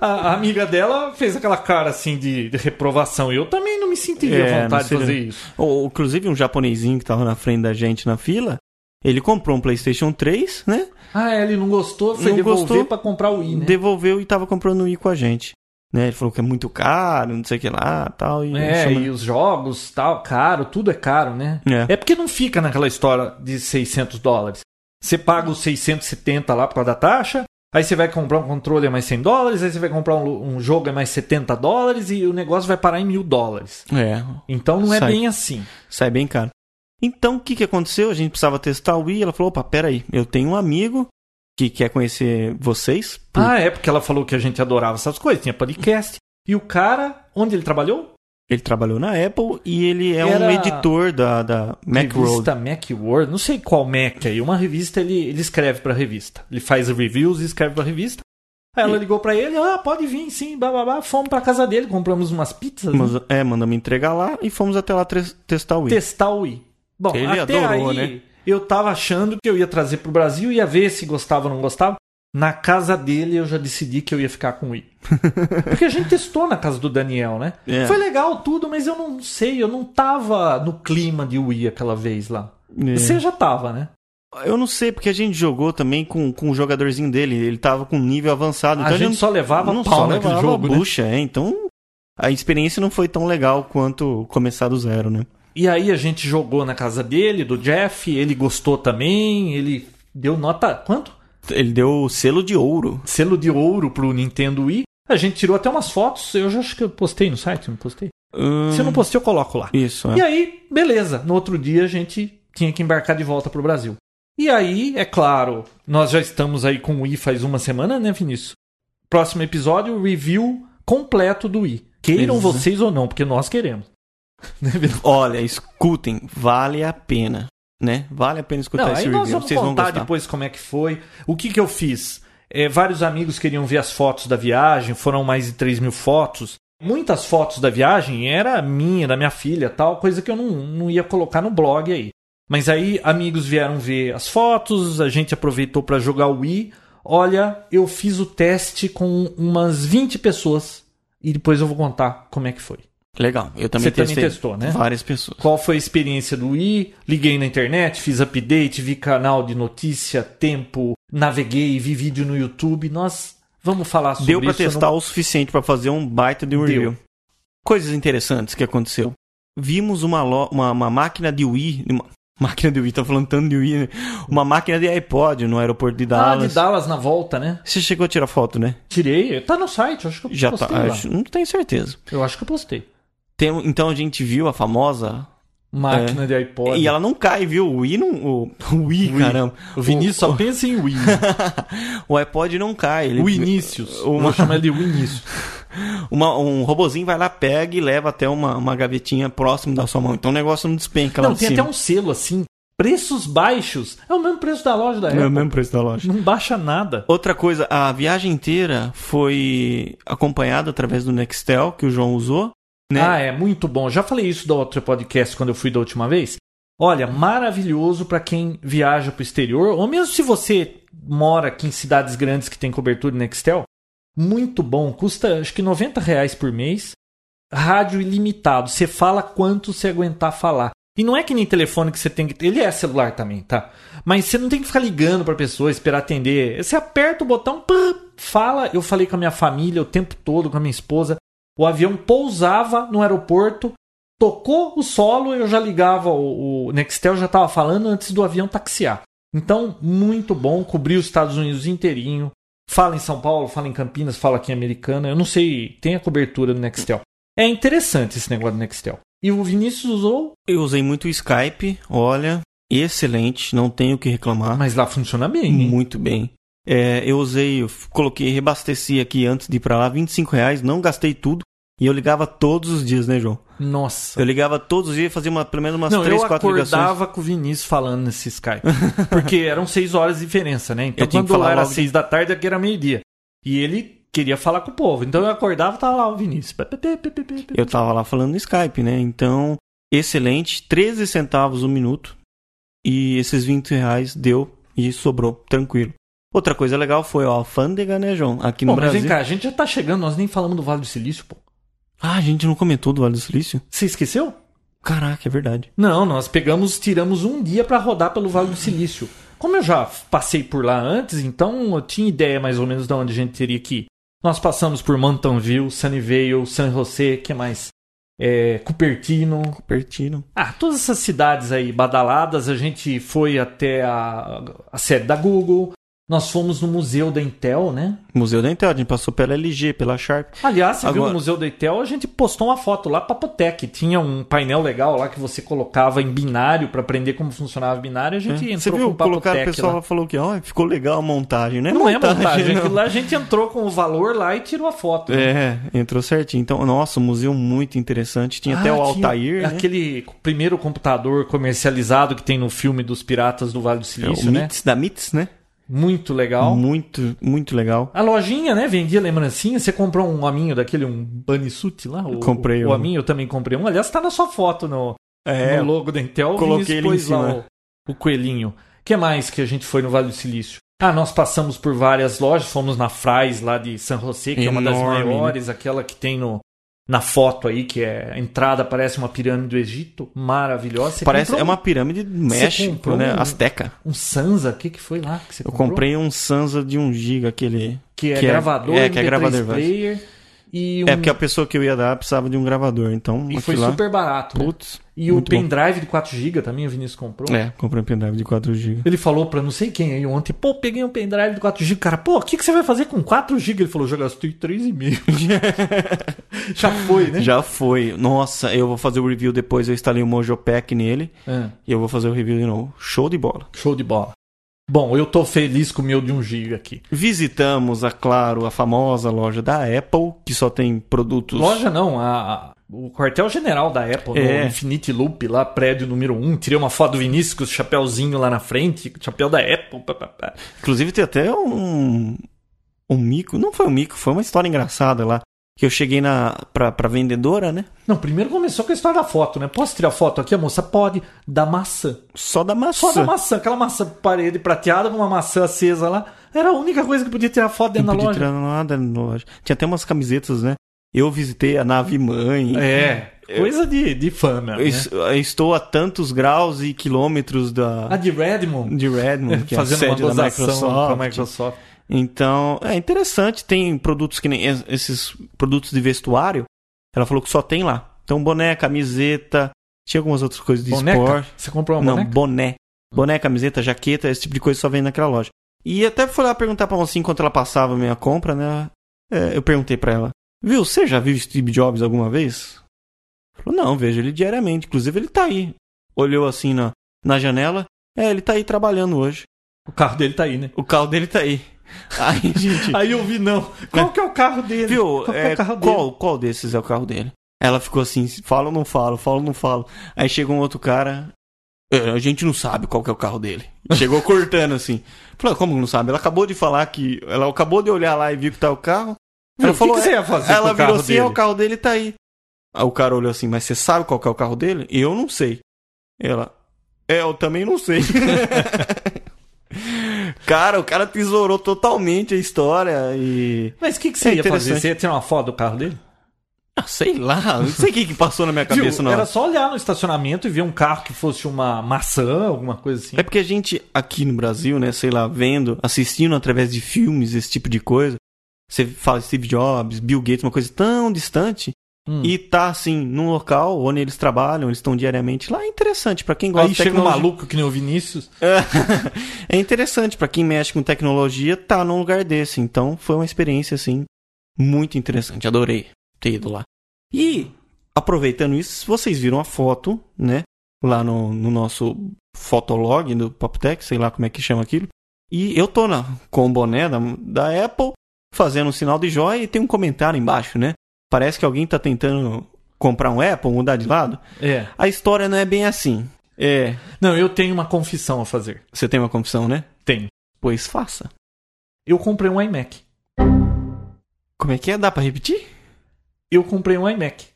Speaker 3: a, a amiga dela fez aquela cara assim de, de reprovação. Eu também não me sentiria
Speaker 1: É,
Speaker 3: à vontade
Speaker 1: não seria-
Speaker 3: de fazer isso.
Speaker 1: Ou, inclusive, um japonesinho que tava na frente da gente na fila, ele comprou um PlayStation 3, né?
Speaker 3: Ah, ele não gostou, foi
Speaker 1: Não
Speaker 3: devolver
Speaker 1: gostou,
Speaker 3: pra comprar o i, né?
Speaker 1: Devolveu e tava comprando o i com a gente. Né? Ele falou que é muito caro, não sei o que lá tal. E
Speaker 3: É,
Speaker 1: chama-
Speaker 3: e os jogos, tal, caro, tudo é caro, né?
Speaker 1: É.
Speaker 3: É porque não fica naquela história de 600 dólares. Você paga os 670 lá por causa da taxa, aí você vai comprar um controle é mais 100 dólares, aí você vai comprar um, um jogo é mais 70 dólares e o negócio vai parar em mil dólares.
Speaker 1: é,
Speaker 3: Então não é
Speaker 1: Sai.
Speaker 3: bem assim.
Speaker 1: sai bem caro. Então, o que, que aconteceu? A gente precisava testar o i. Ela falou: opa, peraí, eu tenho um amigo que quer conhecer vocês. por-
Speaker 3: Ah, é porque ela falou que a gente adorava essas coisas, tinha podcast. E o cara, onde ele trabalhou?
Speaker 1: Ele trabalhou na Apple e ele é um
Speaker 3: Era-
Speaker 1: editor da, da Macworld.
Speaker 3: Revista Macworld, não sei qual Mac aí, uma revista ele, ele escreve pra revista. Ele faz reviews e escreve pra revista. Aí ela ligou pra ele, ah, pode vir sim, blá blá blá. Fomos pra casa dele, compramos umas pizzas, né?
Speaker 1: Mas- é, mandamos entregar lá e fomos até lá tres- testar o i.
Speaker 3: testar o i. Bom,
Speaker 1: Ele
Speaker 3: até
Speaker 1: adorou,
Speaker 3: aí
Speaker 1: né?
Speaker 3: eu tava achando que eu ia trazer pro Brasil, ia ver se gostava ou não gostava. Na casa dele eu já decidi que eu ia ficar com o i. Porque a gente testou na casa do Daniel, né?
Speaker 1: É.
Speaker 3: Foi legal tudo, mas eu não sei, eu não tava no clima de Wii aquela vez lá.
Speaker 1: É.
Speaker 3: Você já tava, né?
Speaker 1: Eu não sei, porque a gente jogou também com, com o jogadorzinho dele. Ele tava com um nível avançado.
Speaker 3: A
Speaker 1: então ele
Speaker 3: gente só levava
Speaker 1: não
Speaker 3: pau
Speaker 1: só
Speaker 3: naquele
Speaker 1: levava
Speaker 3: jogo, né?
Speaker 1: bucha, é. Então a experiência não foi tão legal quanto começar do zero, né?
Speaker 3: E aí a gente jogou na casa dele, do Jeff, ele gostou também, ele deu nota. Quanto?
Speaker 1: Ele deu o selo de ouro.
Speaker 3: Selo de ouro pro Nintendo Wii. A gente tirou até umas fotos, eu já acho que eu postei no site, não postei? Se eu não postei, eu coloco lá.
Speaker 1: Isso,
Speaker 3: Ah. E
Speaker 1: é.
Speaker 3: aí, beleza, no outro dia a gente tinha que embarcar de volta pro Brasil. E aí, é claro, nós já estamos aí com o Wii faz uma semana, né, Vinícius? Próximo episódio, review completo do Wii. Queiram
Speaker 1: Exato.
Speaker 3: vocês ou não, porque nós queremos. Né, Vinícius?
Speaker 1: Olha, escutem, vale a pena, né? Vale a pena escutar
Speaker 3: Não,
Speaker 1: esse
Speaker 3: aí
Speaker 1: review.
Speaker 3: nós vamos
Speaker 1: Vocês vão
Speaker 3: contar
Speaker 1: gostar.
Speaker 3: depois como é que foi. O que, que eu fiz? É, vários amigos queriam ver as fotos da viagem, foram mais de 3 mil fotos. Muitas fotos da viagem era minha, da minha filha tal, coisa que eu não, não ia colocar no blog aí. Mas aí amigos vieram ver as fotos, a gente aproveitou para jogar o Wii. Olha, eu fiz o teste com umas 20 pessoas e depois eu vou contar como é que foi.
Speaker 1: Legal, eu também
Speaker 3: Você também
Speaker 1: testei.
Speaker 3: testou, né?
Speaker 1: Várias pessoas.
Speaker 3: Qual foi a experiência do Wii? Liguei na internet, fiz update, vi canal de notícia, tempo, naveguei, vi vídeo no YouTube. Nós vamos falar sobre
Speaker 1: Deu pra
Speaker 3: isso. no-
Speaker 1: testar o suficiente pra fazer um baita de um
Speaker 3: Deu.
Speaker 1: review. Coisas interessantes que aconteceu. Vimos uma, lo- uma, uma máquina de Wii. Uma... Máquina de Wii, tá falando tanto de Wii, né? Uma máquina de iPod no aeroporto de
Speaker 3: Ah,
Speaker 1: Dallas.
Speaker 3: de Dallas na volta, né?
Speaker 1: Você chegou a tirar foto, né?
Speaker 3: Tirei, tá no site, eu acho que eu
Speaker 1: Já tá.
Speaker 3: postei lá.
Speaker 1: acho- Não tenho certeza.
Speaker 3: Eu acho que eu postei.
Speaker 1: Tem- então a gente viu a famosa.
Speaker 3: Máquina de iPod.
Speaker 1: É. E ela não cai, viu? O Wii não. O, o Wii,
Speaker 3: Wii.
Speaker 1: caramba.
Speaker 3: O Vinícius só
Speaker 1: O,
Speaker 3: pensa em Wii.
Speaker 1: o iPod não cai. Ele,
Speaker 3: O Vinícius. Eu
Speaker 1: Uma-
Speaker 3: Vou chamar ele de Vinícius.
Speaker 1: Uma- um robozinho vai lá, pega e leva até uma, uma gavetinha próximo da sua mão. Então o negócio não despenca lá
Speaker 3: Não,
Speaker 1: de
Speaker 3: tem
Speaker 1: cima.
Speaker 3: até um selo assim. Preços baixos. É o mesmo preço da loja da
Speaker 1: É o
Speaker 3: Apple.
Speaker 1: mesmo preço da loja.
Speaker 3: Não baixa nada.
Speaker 1: Outra coisa, a viagem inteira foi acompanhada através do Nextel, que o João usou, né?
Speaker 3: Ah, é muito bom. Já falei isso do outro podcast quando eu fui da última vez. Olha, maravilhoso pra quem viaja pro exterior, ou mesmo se você mora aqui em cidades grandes que tem cobertura de Nextel, muito bom. Custa acho que 90 reais por mês. Rádio ilimitado. Você fala quanto você aguentar falar. E não é que nem telefone que você tem que. Ele é celular também, tá? Mas você não tem que ficar ligando pra pessoa, esperar atender. Você aperta o botão, pã, fala, eu falei com a minha família o tempo todo, com a minha esposa. O avião pousava no aeroporto, tocou o solo, eu já ligava, o, o Nextel já estava falando antes do avião taxiar. Então, muito bom, cobriu os Estados Unidos inteirinho. Fala em São Paulo, fala em Campinas, fala aqui em Americana. Eu não sei, tem a cobertura do Nextel. É interessante esse negócio do Nextel. E o Vinícius usou,
Speaker 1: Eu usei muito o Skype, olha, excelente, não tenho o que reclamar.
Speaker 3: mas lá funciona bem. hein?
Speaker 1: Muito bem. É, eu usei, eu f- coloquei, reabasteci aqui antes de ir pra lá, 25 reais, não gastei tudo. E eu ligava todos os dias, né, João?
Speaker 3: Nossa.
Speaker 1: Eu ligava todos os dias, fazia uma, pelo menos umas
Speaker 3: não,
Speaker 1: 3,
Speaker 3: eu
Speaker 1: 4 ligações.
Speaker 3: acordava com o Vinícius falando nesse Skype. Porque eram seis horas de diferença, né? Então
Speaker 1: Eu tinha que
Speaker 3: quando lá
Speaker 1: falar
Speaker 3: era
Speaker 1: logo de-
Speaker 3: seis da tarde, aqui era meio-dia. E ele queria falar com o povo. Então eu acordava e tava lá o Vinícius. Pe- pe- pe- pe- pe- pe- pe-
Speaker 1: Eu tava lá falando no Skype, né? Então, excelente, 13 centavos o minuto. E esses 20 reais deu e sobrou, tranquilo. Outra coisa legal foi a alfândega, né, João? Aqui no
Speaker 3: Bom, mas
Speaker 1: Brasil.
Speaker 3: vem cá, a gente já tá chegando, nós nem falamos do Vale do Silício, pô.
Speaker 1: Ah, a gente não comentou do Vale do Silício?
Speaker 3: Você esqueceu?
Speaker 1: Caraca, é verdade.
Speaker 3: Não, nós pegamos, tiramos um dia pra rodar pelo Vale do Silício. Como eu já passei por lá antes, então eu tinha ideia mais ou menos de onde a gente teria que ir. Nós passamos por Mountainville, Sunnyvale, San José, que mais? É, Cupertino.
Speaker 1: Pertino.
Speaker 3: Ah, todas essas cidades aí badaladas, a gente foi até a, a sede da Google. Nós fomos no Museu da Intel, né?
Speaker 1: Museu da Intel, a gente passou pela LG, pela Sharp.
Speaker 3: Aliás, você viu
Speaker 1: Agora-
Speaker 3: o Museu da Intel? A gente postou uma foto lá, Papotec. Tinha um painel legal lá que você colocava em binário pra aprender como funcionava binário. A
Speaker 1: É.
Speaker 3: gente entrou
Speaker 1: Você
Speaker 3: com
Speaker 1: viu?
Speaker 3: o Papotec
Speaker 1: Colocaram, o pessoal
Speaker 3: lá.
Speaker 1: falou que ó, ficou legal a montagem, né?
Speaker 3: Não é montagem,
Speaker 1: não.
Speaker 3: aquilo lá a gente entrou com o valor lá e tirou a foto. né?
Speaker 1: É, entrou certinho. Então, nossa, um museu muito interessante. Tinha até
Speaker 3: Ah,
Speaker 1: o
Speaker 3: tinha
Speaker 1: Altair, né?
Speaker 3: Aquele primeiro computador comercializado que tem no filme dos Piratas do Vale do
Speaker 1: É, o
Speaker 3: Silício, né?
Speaker 1: Mits, da Mits, né?
Speaker 3: Muito legal.
Speaker 1: Muito, muito legal.
Speaker 3: A lojinha, né? Vendia lembrancinha. Você comprou um aminho daquele, um banisuit lá? O,
Speaker 1: Comprei
Speaker 3: o,
Speaker 1: um.
Speaker 3: aminho, eu também comprei um. Aliás, tá na sua foto no,
Speaker 1: É,
Speaker 3: no logo da Intel.
Speaker 1: coloquei ele em
Speaker 3: depois lá
Speaker 1: cima.
Speaker 3: o, o coelhinho. O que mais que a gente foi no Vale do Silício? Ah, nós passamos por várias lojas. Fomos na Fry's lá de San José, que é uma das
Speaker 1: Enorme,
Speaker 3: maiores. Aquela que tem no, na foto aí, que é a entrada, parece uma pirâmide do Egito. Maravilhosa. Você
Speaker 1: parece,
Speaker 3: comprou um?
Speaker 1: é uma pirâmide do México,
Speaker 3: comprou
Speaker 1: né?
Speaker 3: um-
Speaker 1: Azteca.
Speaker 3: um, um Sansa. O que, que foi lá que você
Speaker 1: Eu
Speaker 3: comprou?
Speaker 1: comprei um Sansa de 1 GB, aquele...
Speaker 3: Que é
Speaker 1: que é-
Speaker 3: gravador,
Speaker 1: é, que é
Speaker 3: MP3
Speaker 1: gravador, vai.
Speaker 3: player. E um
Speaker 1: É, porque a pessoa que eu ia dar precisava de um gravador, então...
Speaker 3: E
Speaker 1: aquilo
Speaker 3: foi
Speaker 1: lá,
Speaker 3: super barato. né?
Speaker 1: Putz,
Speaker 3: E o
Speaker 1: muito bom.
Speaker 3: pendrive de 4GB também o Vinícius comprou.
Speaker 1: É, comprei um pendrive de 4 GB.
Speaker 3: Ele falou pra não sei quem aí ontem, pô, peguei um pendrive de 4GB. Cara, pô, o que, que você vai fazer com 4GB? Ele falou, já gastei 3,5. já foi, né?
Speaker 1: Já foi. Nossa, eu vou fazer o review depois. Eu instalei o Mojopack nele
Speaker 3: É,
Speaker 1: e eu vou fazer o review de novo. Show de bola.
Speaker 3: show de bola. Bom, eu tô feliz com o meu de 1GB aqui.
Speaker 1: Visitamos, a claro, a famosa loja da Apple, que só tem produtos.
Speaker 3: Loja não, a- a- o quartel-general da Apple,
Speaker 1: É.
Speaker 3: no Infinity Loop, lá, prédio número 1. Tirei uma foto do Vinícius com o chapéuzinho lá na frente, com o chapéu da Apple. pá, pá, pá.
Speaker 1: Inclusive tem até um. Um mico. Não foi um mico, foi uma história engraçada lá. Que eu cheguei na pra, pra vendedora, né?
Speaker 3: Não, primeiro começou com a história da foto, né? Posso tirar foto aqui, a moça? Pode, da maçã.
Speaker 1: Só da maçã.
Speaker 3: Só da maçã, aquela maçã parede prateada com uma maçã acesa lá. Era a única coisa que podia tirar foto dentro
Speaker 1: Não
Speaker 3: da
Speaker 1: podia
Speaker 3: loja.
Speaker 1: tirar nada na loja. Tinha até umas camisetas, né? Eu visitei a nave mãe.
Speaker 3: É, coisa de, de fã mesmo,
Speaker 1: Eu,
Speaker 3: né?
Speaker 1: es- eu estou a tantos graus e quilômetros da.
Speaker 3: né? A de Redmond,
Speaker 1: de Redmond, que é a
Speaker 3: fazendo uma
Speaker 1: sede da
Speaker 3: gozação
Speaker 1: Microsoft.
Speaker 3: pra Microsoft.
Speaker 1: Então, é interessante, tem produtos que nem es- esses produtos de vestuário, ela falou que só tem lá. Então, boné, camiseta, tinha algumas outras coisas de
Speaker 3: Boneca?
Speaker 1: esporte.
Speaker 3: Você comprou uma
Speaker 1: Não,
Speaker 3: boneca?
Speaker 1: boné. Boné, camiseta, jaqueta, esse tipo de coisa só vem naquela loja. E até fui lá perguntar pra mocinha enquanto ela passava a minha compra, né? É, eu perguntei pra ela, viu, você já viu Steve Jobs alguma vez? Ela Falou, não, vejo ele diariamente, inclusive ele tá aí. Olhou assim na, na janela, é, ele tá aí trabalhando hoje.
Speaker 3: O carro dele tá aí, né?
Speaker 1: O carro dele tá aí. Aí, gente.
Speaker 3: Aí eu vi, não. Qual que é o carro dele?
Speaker 1: Né? Viu?
Speaker 3: Qual que é,
Speaker 1: é,
Speaker 3: o carro dele?
Speaker 1: qual, qual desses é o carro dele? Ela ficou assim, fala ou não falo, fala ou não falo. Aí chegou um outro cara. "É, a gente não sabe qual que é o carro dele. Chegou cortando assim. Falou, como não sabe? Ela acabou de falar que. Ela acabou de olhar lá e viu que tá o carro.
Speaker 3: Viu,
Speaker 1: Ela
Speaker 3: o que
Speaker 1: falou,
Speaker 3: que você ia fazer
Speaker 1: Ela
Speaker 3: com
Speaker 1: virou
Speaker 3: o carro
Speaker 1: assim,
Speaker 3: dele?
Speaker 1: "É, o carro dele tá aí. Aí o cara olhou assim, mas você sabe qual que é o carro dele? E eu não sei. Ela. É, eu também não sei. cara, o cara tesourou totalmente a história e.
Speaker 3: Mas o que, que você
Speaker 1: É
Speaker 3: ia fazer?
Speaker 1: interessante.
Speaker 3: Você ia tirar uma foto do carro dele?
Speaker 1: Ah, sei lá, não sei o que, que passou na minha cabeça,
Speaker 3: Viu?
Speaker 1: não.
Speaker 3: Era só olhar no estacionamento e ver um carro que fosse uma maçã, alguma coisa assim.
Speaker 1: É porque a gente, aqui no Brasil, né, sei lá, vendo, assistindo através de filmes, esse tipo de coisa, Você fala Steve Jobs, Bill Gates, uma coisa tão distante,
Speaker 3: Hum.
Speaker 1: e tá assim, num local onde eles trabalham, eles estão diariamente lá, é interessante pra quem gosta
Speaker 3: Aí
Speaker 1: de
Speaker 3: chega um
Speaker 1: tecnologia.
Speaker 3: maluco que nem o Vinícius.
Speaker 1: É interessante pra quem mexe com tecnologia tá num lugar desse. Então foi uma experiência assim muito interessante. Adorei ter ido lá. E aproveitando isso, vocês viram a foto, né? Lá no, no nosso fotolog do Poptech, sei lá como é que chama aquilo. E eu tô na, com o boné da, da Apple fazendo um sinal de joia e tem um comentário embaixo, né? Parece que alguém tá tentando comprar um Apple, mudar de lado.
Speaker 3: É.
Speaker 1: A história não é bem assim. É,
Speaker 3: Não, eu tenho uma confissão a fazer.
Speaker 1: você tem uma confissão, né?
Speaker 3: Tenho.
Speaker 1: Pois faça.
Speaker 3: Eu comprei um iMac.
Speaker 1: Como é que é? Dá pra repetir?
Speaker 3: Eu comprei um iMac.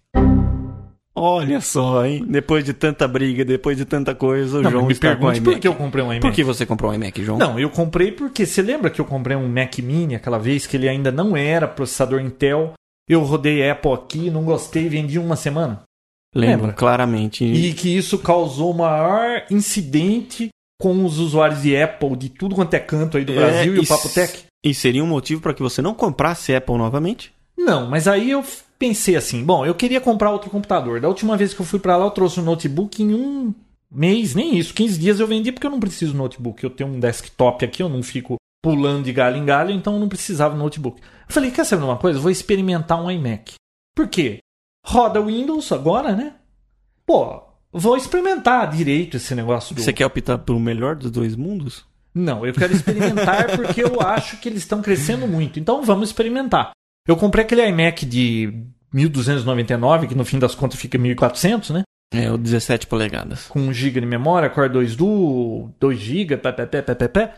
Speaker 1: Olha só, hein? Depois de tanta briga, depois de tanta coisa, o
Speaker 3: Não,
Speaker 1: João
Speaker 3: me
Speaker 1: está com o
Speaker 3: pergunte por
Speaker 1: iMac.
Speaker 3: que eu comprei um iMac.
Speaker 1: Por que você comprou um iMac, João?
Speaker 3: Não, eu comprei porque você lembra que eu comprei um Mac Mini aquela vez que ele ainda não era processador Intel. Eu rodei Apple aqui, não gostei, vendi uma semana.
Speaker 1: Lembro
Speaker 3: lembra?
Speaker 1: claramente.
Speaker 3: E que isso causou o maior incidente com os usuários de Apple de tudo quanto é canto aí do
Speaker 1: É,
Speaker 3: Brasil e o
Speaker 1: s-
Speaker 3: Papo Tech.
Speaker 1: E seria um motivo pra que você não comprasse Apple novamente?
Speaker 3: Não, mas aí eu f- pensei assim, bom, eu queria comprar outro computador. Da última vez que eu fui pra lá, eu trouxe um notebook em um mês, nem isso, 15 dias eu vendi porque eu não preciso de notebook. Eu tenho um desktop aqui, eu não fico pulando de galho em galho, então eu não precisava de notebook. Eu falei, quer saber uma coisa? Eu Vou experimentar um iMac. Por quê? Roda Windows agora, né? Pô, vou experimentar direito esse negócio do
Speaker 1: Você quer optar pelo melhor dos dois mundos?
Speaker 3: não, eu quero experimentar porque eu acho que eles estão crescendo muito. Então vamos experimentar. Eu comprei aquele iMac de 1299, que no fim das contas fica 1400, né?
Speaker 1: É, o 17 polegadas.
Speaker 3: Com 1 GB de memória, Core 2 Duo, 2 GB, pé, pé, pé, pé, pé, pé.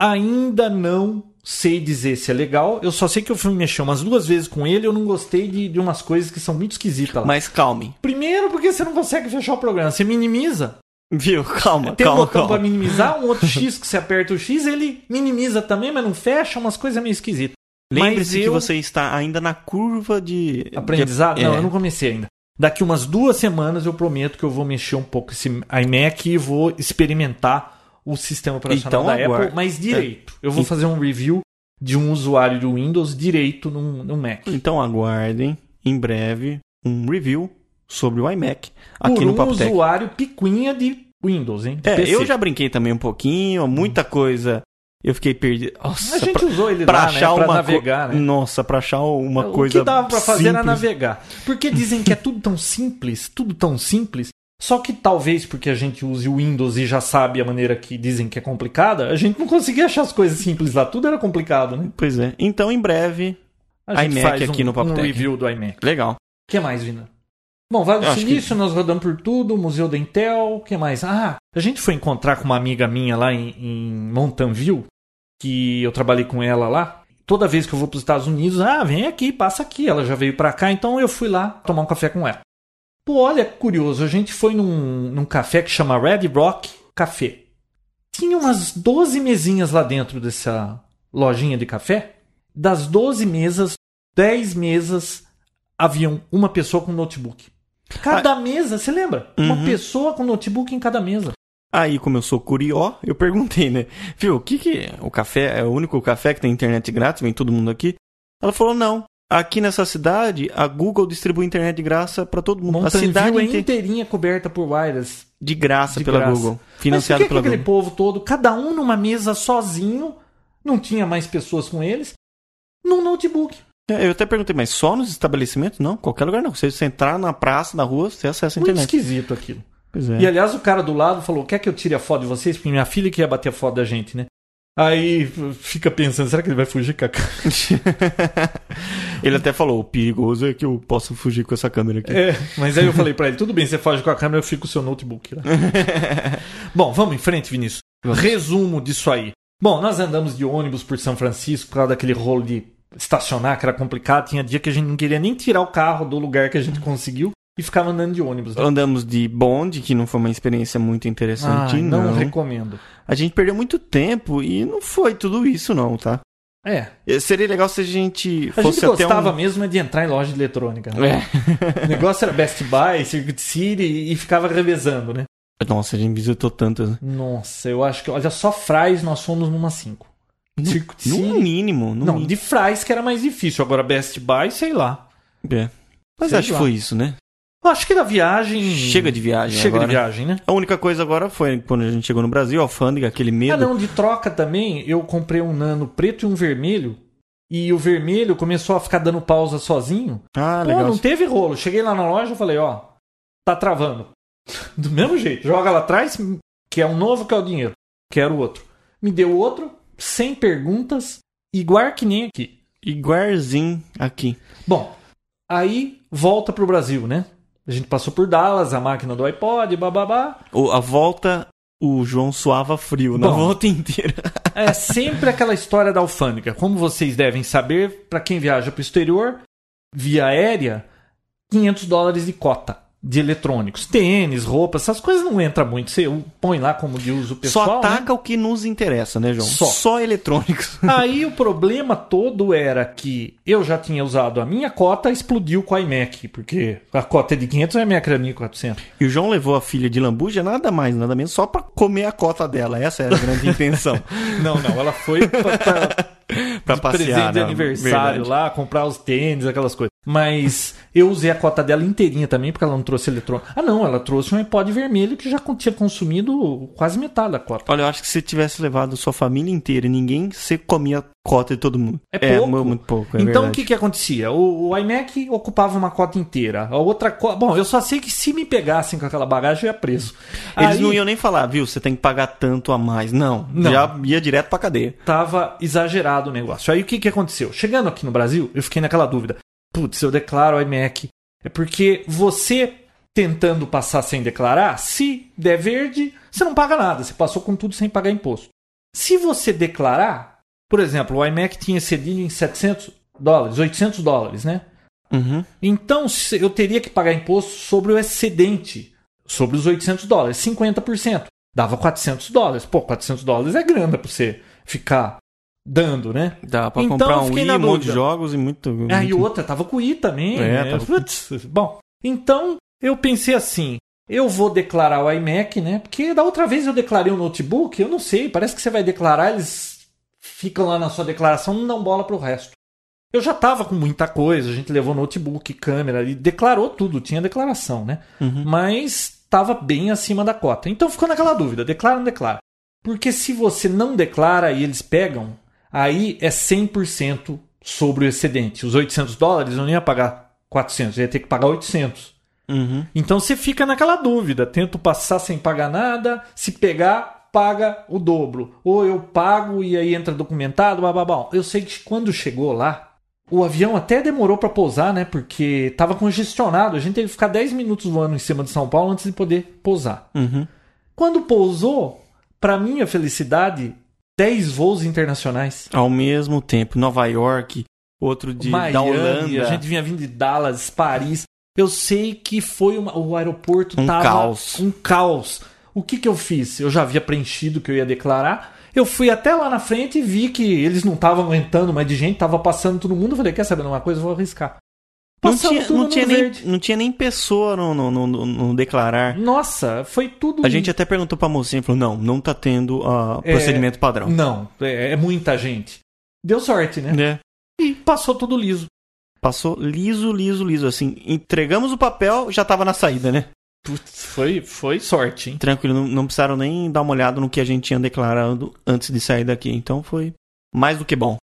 Speaker 3: Ainda não sei dizer se é legal. Eu só sei que eu fui mexer umas duas vezes com ele. Eu não gostei de, de umas coisas que são muito esquisitas lá.
Speaker 1: Mas calme.
Speaker 3: Primeiro, porque você não consegue fechar o programa. Você minimiza.
Speaker 1: Viu? Calma,
Speaker 3: Tem um
Speaker 1: calma,
Speaker 3: botão pra
Speaker 1: calma.
Speaker 3: minimizar, um outro X que você aperta o X, ele minimiza também, mas não fecha, umas coisas meio esquisitas.
Speaker 1: Lembre-se
Speaker 3: Mas
Speaker 1: que
Speaker 3: eu-
Speaker 1: você está ainda na curva de... de-
Speaker 3: Aprendizado? Não,
Speaker 1: é.
Speaker 3: eu não comecei ainda. Daqui umas duas semanas eu prometo que eu vou mexer um pouco esse iMac e vou experimentar o sistema operacional
Speaker 1: Então
Speaker 3: da
Speaker 1: aguarde.
Speaker 3: Apple, mas direito. Eu vou fazer um review de um usuário do Windows direito num, num Mac.
Speaker 1: Então aguardem, em breve, um review sobre o iMac aqui
Speaker 3: Por
Speaker 1: no
Speaker 3: um
Speaker 1: Papo Tech.
Speaker 3: usuário picuinha de Windows, hein? De
Speaker 1: É,
Speaker 3: PC.
Speaker 1: eu já brinquei também um pouquinho, muita coisa. Eu fiquei perdido. Nossa,
Speaker 3: Hum. A gente
Speaker 1: pra,
Speaker 3: usou ele
Speaker 1: pra
Speaker 3: lá,
Speaker 1: achar
Speaker 3: né?
Speaker 1: uma
Speaker 3: Pra
Speaker 1: co-
Speaker 3: navegar, né? É,
Speaker 1: Nossa, pra achar uma coisa
Speaker 3: O que dava pra fazer era
Speaker 1: simples.
Speaker 3: navegar. Porque dizem que é tudo tão simples, tudo tão simples. Só que talvez porque a gente use o Windows e já sabe a maneira que dizem que é complicada, a gente não conseguia achar as coisas simples lá. Tudo era complicado, né?
Speaker 1: Pois é. Então, em breve,
Speaker 3: A gente
Speaker 1: iMac aqui
Speaker 3: um,
Speaker 1: no Papo
Speaker 3: um
Speaker 1: Tech.
Speaker 3: review do iMac.
Speaker 1: legal.
Speaker 3: O que mais, Vina? Bom, vai
Speaker 1: Eu
Speaker 3: do
Speaker 1: acho
Speaker 3: Silício, nós rodamos por tudo, Museu da Intel, o que mais? Ah, a gente foi encontrar com uma amiga minha lá em, em Mountain View, que eu trabalhei com ela lá. Toda vez que eu vou para os Estados Unidos, ah, vem aqui, passa aqui. Ela já veio para cá, então eu fui lá tomar um café com ela. Pô, olha, que curioso, a gente foi num, num café que chama Red Rock Café. Tinha umas 12 mesinhas lá dentro dessa lojinha de café. Das 12 mesas, 10 mesas haviam uma pessoa com notebook. Cada mesa, você lembra? Uma
Speaker 1: Ah. Uhum.
Speaker 3: pessoa com notebook em cada mesa.
Speaker 1: Aí, como eu sou curió, eu perguntei, né? Viu, o que que... O café é o único café que tem internet grátis? Vem todo mundo aqui? Ela falou, não. Aqui nessa cidade, a Google distribui internet de graça pra todo mundo. a
Speaker 3: Mountain
Speaker 1: cidade
Speaker 3: View é
Speaker 1: inte-
Speaker 3: inteirinha coberta por wireless.
Speaker 1: de graça
Speaker 3: De
Speaker 1: pela
Speaker 3: graça.
Speaker 1: Google.
Speaker 3: Mas por
Speaker 1: Financiado
Speaker 3: que, que
Speaker 1: pela
Speaker 3: aquele
Speaker 1: Google.
Speaker 3: povo todo, cada um numa mesa sozinho, não tinha mais pessoas com eles, num notebook?
Speaker 1: É, Eu até perguntei, mas só nos estabelecimentos? Não, qualquer lugar não. Se você entrar na praça, na rua, você acessa a
Speaker 3: Muito
Speaker 1: internet.
Speaker 3: esquisito aquilo.
Speaker 1: Pois é.
Speaker 3: E aliás, o cara do lado falou: quer que eu tire a foto de vocês? Porque minha filha que ia bater a foto da gente, né? Aí f- fica pensando, será que ele vai fugir com a cara?
Speaker 1: Ele até falou, o perigoso é que eu posso fugir com essa câmera aqui.
Speaker 3: É, mas aí eu falei pra ele, tudo bem, você foge com a câmera, eu fico com o seu notebook lá. É. Bom, vamos em frente, Vinícius. Resumo disso aí. Bom, nós andamos de ônibus por São Francisco por causa daquele rolo de estacionar, que era complicado. Tinha dia que a gente não queria nem tirar o carro do lugar que a gente conseguiu e ficava andando de ônibus. né?
Speaker 1: Andamos de bonde, que não foi uma experiência muito interessante,
Speaker 3: Ai,
Speaker 1: é um não.
Speaker 3: Ah, não recomendo.
Speaker 1: A gente perdeu muito tempo e não foi tudo isso, não, tá?
Speaker 3: É,
Speaker 1: Eh, Seria legal se a gente
Speaker 3: a
Speaker 1: fosse
Speaker 3: gente
Speaker 1: até
Speaker 3: gostava
Speaker 1: um...
Speaker 3: mesmo é de entrar em loja de eletrônica. né?
Speaker 1: É.
Speaker 3: O negócio era Best Buy, Circuit City e ficava revezando, né?
Speaker 1: Nossa, a gente visitou tantas. né?
Speaker 3: Nossa, eu acho que. Olha, só Fraz nós fomos numa 5. Circuit City.
Speaker 1: No mínimo. No
Speaker 3: Não,
Speaker 1: mínimo.
Speaker 3: de Fries que era mais difícil. Agora Best Buy, sei lá.
Speaker 1: É. Mas
Speaker 3: Sei
Speaker 1: acho
Speaker 3: lá.
Speaker 1: que foi isso, né?
Speaker 3: Eu acho que da viagem.
Speaker 1: Chega de viagem
Speaker 3: Chega
Speaker 1: agora.
Speaker 3: de viagem, né?
Speaker 1: A única coisa agora foi quando a gente chegou no Brasil, a alfândega, aquele medo.
Speaker 3: Ah, não, de troca também. Eu comprei um nano preto e um vermelho. E o vermelho começou a ficar dando pausa sozinho.
Speaker 1: Ah,
Speaker 3: Pô,
Speaker 1: legal.
Speaker 3: não teve rolo. Cheguei lá na loja e falei, ó, tá travando. Do mesmo jeito. Joga lá atrás, que é um novo, que é o dinheiro. Quero outro. Me deu outro, sem perguntas, igual que nem aqui.
Speaker 1: Igualzinho aqui.
Speaker 3: Bom, aí volta pro Brasil, né? A gente passou por Dallas, a máquina do iPod, bababá.
Speaker 1: O- a volta, o João suava frio na
Speaker 3: Bom.
Speaker 1: volta inteira.
Speaker 3: É sempre aquela história da alfândega. Como vocês devem saber, para quem viaja pro exterior, via aérea, 500 dólares de cota de eletrônicos. Tênis, roupas, essas coisas não entra muito. Você põe lá como de uso pessoal.
Speaker 1: Só
Speaker 3: né?
Speaker 1: ataca o que nos interessa, né, João?
Speaker 3: Só.
Speaker 1: eletrônicos.
Speaker 3: Aí o problema todo era que eu já tinha usado a minha cota, explodiu com a iMac, porque a cota é de 500 e a iMac era 1400.
Speaker 1: E o João levou a filha de lambuja, nada mais, nada menos, só pra comer a cota dela. Essa era a grande intenção.
Speaker 3: Não, não, ela foi pra,
Speaker 1: Pra
Speaker 3: de
Speaker 1: passear.
Speaker 3: presente de
Speaker 1: né?
Speaker 3: aniversário
Speaker 1: Verdade.
Speaker 3: lá, comprar os tênis, aquelas coisas. Mas eu usei a cota dela inteirinha também, porque ela não trouxe eletrônico. Ah, não, ela trouxe um iPod vermelho que já con- tinha consumido quase metade da cota.
Speaker 1: Olha, eu acho que se tivesse levado sua família inteira e ninguém, você comia a cota de todo mundo.
Speaker 3: É pouco.
Speaker 1: mu- muito pouco. é
Speaker 3: então o
Speaker 1: verdade.
Speaker 3: que, que acontecia? O, o iMac ocupava uma cota inteira. A outra cota. Bom, eu só sei que se me pegassem com aquela bagagem, eu ia preso.
Speaker 1: Eles
Speaker 3: Aí-
Speaker 1: não iam nem falar, viu? Você tem que pagar tanto a mais. Não,
Speaker 3: Não.
Speaker 1: já ia direto pra cadeia.
Speaker 3: tava exagerado o negócio. Aí o que, que aconteceu? Chegando aqui no Brasil, eu fiquei naquela dúvida. Putz, eu declaro o iMac. É porque você tentando passar sem declarar, se der verde, você não paga nada. Você passou com tudo sem pagar imposto. Se você declarar, por exemplo, o iMac tinha cedido em 700 dólares, 800 dólares, né?
Speaker 1: Uhum.
Speaker 3: Então se- eu teria que pagar imposto sobre o excedente, sobre os 800 dólares, 50%. Dava 400 dólares. Pô, 400 dólares é grana pra você ficar dando, né?
Speaker 1: Dá pra
Speaker 3: Então,
Speaker 1: comprar
Speaker 3: eu
Speaker 1: um
Speaker 3: fiquei
Speaker 1: Wii,
Speaker 3: na
Speaker 1: um monte de
Speaker 3: dúvida.
Speaker 1: jogos e muito. muito...
Speaker 3: Ah, e outra, tava com o I também.
Speaker 1: É,
Speaker 3: né?
Speaker 1: tava com-
Speaker 3: Putz, Bom, então eu pensei assim, eu vou declarar o iMac, né? Porque da outra vez eu declarei o notebook, eu não sei, parece que você vai declarar, eles ficam lá na sua declaração, não dão bola pro resto. Eu já tava com muita coisa, a gente levou notebook, câmera, e declarou tudo, tinha declaração, né?
Speaker 1: Uhum.
Speaker 3: Mas tava bem acima da cota. Então ficou naquela dúvida, declara ou não declara? Porque se você não declara e eles pegam, aí é 100% sobre o excedente. Os 800 dólares eu não ia pagar 400, eu ia ter que pagar 800.
Speaker 1: Uhum.
Speaker 3: Então você fica naquela dúvida, tento passar sem pagar nada, se pegar, paga o dobro. Ou eu pago e aí entra documentado, bababão. Eu sei que quando chegou lá, o avião até demorou para pousar, né? Porque tava congestionado, a gente teve que ficar 10 minutos voando em cima de São Paulo antes de poder pousar.
Speaker 1: Uhum.
Speaker 3: Quando pousou, para minha felicidade, 10 voos internacionais.
Speaker 1: Ao mesmo tempo, Nova York, outro de da Holanda.
Speaker 3: a gente vinha vindo de Dallas, Paris. Eu sei que foi uma- o aeroporto
Speaker 1: Um
Speaker 3: tava
Speaker 1: caos.
Speaker 3: um caos. O que que eu fiz? Eu já havia preenchido o que eu ia declarar. Eu fui até lá na frente e vi que eles não estavam aguentando mais de gente, tava passando todo mundo. Eu falei, quer saber de uma coisa? Eu Vou arriscar.
Speaker 1: Não
Speaker 3: Passava
Speaker 1: tinha,
Speaker 3: tudo
Speaker 1: não,
Speaker 3: no
Speaker 1: tinha nem,
Speaker 3: verde.
Speaker 1: não tinha nem pessoa no, no, no- no- no declarar.
Speaker 3: Nossa, foi tudo.
Speaker 1: A gente até perguntou pra mocinha, falou, não, não tá tendo ah,
Speaker 3: É.
Speaker 1: procedimento padrão.
Speaker 3: Não, é, é muita gente. Deu sorte, né?
Speaker 1: Né?
Speaker 3: E passou tudo liso.
Speaker 1: Passou liso, liso, liso, assim. Entregamos o papel, já tava na saída, né?
Speaker 3: Putz, foi, foi sorte, hein?
Speaker 1: Tranquilo, não, não precisaram nem dar uma olhada no que a gente tinha declarado antes de sair daqui. Então foi mais do que bom.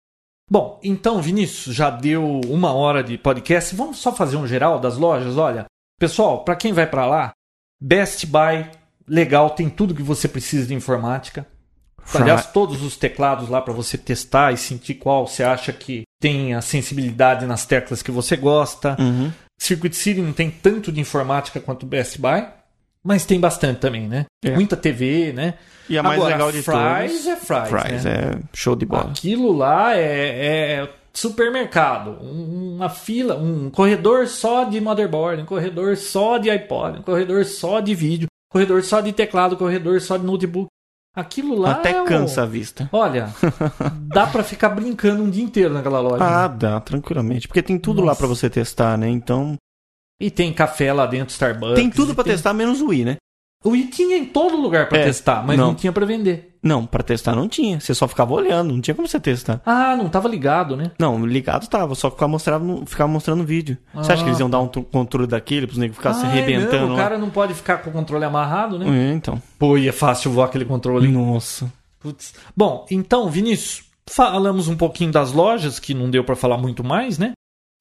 Speaker 3: Bom, então, Vinícius, já deu uma hora de podcast. Vamos só fazer um geral das lojas? Olha, pessoal, para quem vai para lá, Best Buy, legal, tem tudo que você precisa de informática. Aliás, todos os teclados lá para você testar e sentir qual você acha que tem a sensibilidade nas teclas que você gosta.
Speaker 1: Uhum.
Speaker 3: Circuit City não tem tanto de informática quanto Best Buy, mas tem bastante também, né?
Speaker 1: É.
Speaker 3: Muita TV, né?
Speaker 1: E a mais
Speaker 3: Agora,
Speaker 1: legal de
Speaker 3: Fries
Speaker 1: todas.
Speaker 3: é Fries, né?
Speaker 1: é show de bola.
Speaker 3: Aquilo lá é, é supermercado, um- uma fila, um corredor só de motherboard, um corredor só de iPod, um corredor só de vídeo, um corredor só de teclado, um corredor só de notebook. Aquilo lá é
Speaker 1: Até
Speaker 3: um-
Speaker 1: cansa a vista.
Speaker 3: Olha, dá pra ficar brincando um dia inteiro naquela loja.
Speaker 1: Ah, dá, tranquilamente. Porque tem tudo lá
Speaker 3: Nossa.
Speaker 1: pra você testar, né? Então.
Speaker 3: E tem café lá dentro, Starbucks.
Speaker 1: tem tudo
Speaker 3: e
Speaker 1: pra testar, menos o Wii, né?
Speaker 3: O I tinha em todo lugar pra
Speaker 1: É,
Speaker 3: testar, mas não.
Speaker 1: não.
Speaker 3: tinha pra vender.
Speaker 1: Não, pra testar não tinha. Você só ficava olhando, não tinha como você testar.
Speaker 3: Ah, não tava ligado, né?
Speaker 1: Não, ligado tava, só ficava mostrando, ficava mostrando vídeo. Você acha que eles iam dar um tru- controle daquele pros negros ficarem se
Speaker 3: Ah, é
Speaker 1: arrebentando
Speaker 3: mesmo, O
Speaker 1: lá?
Speaker 3: cara não pode ficar com o controle amarrado, né?
Speaker 1: É, então.
Speaker 3: Pô, e é fácil voar aquele controle.
Speaker 1: Nossa.
Speaker 3: Putz. Bom, então, Vinícius, falamos um pouquinho das lojas, que não deu pra falar muito mais, né?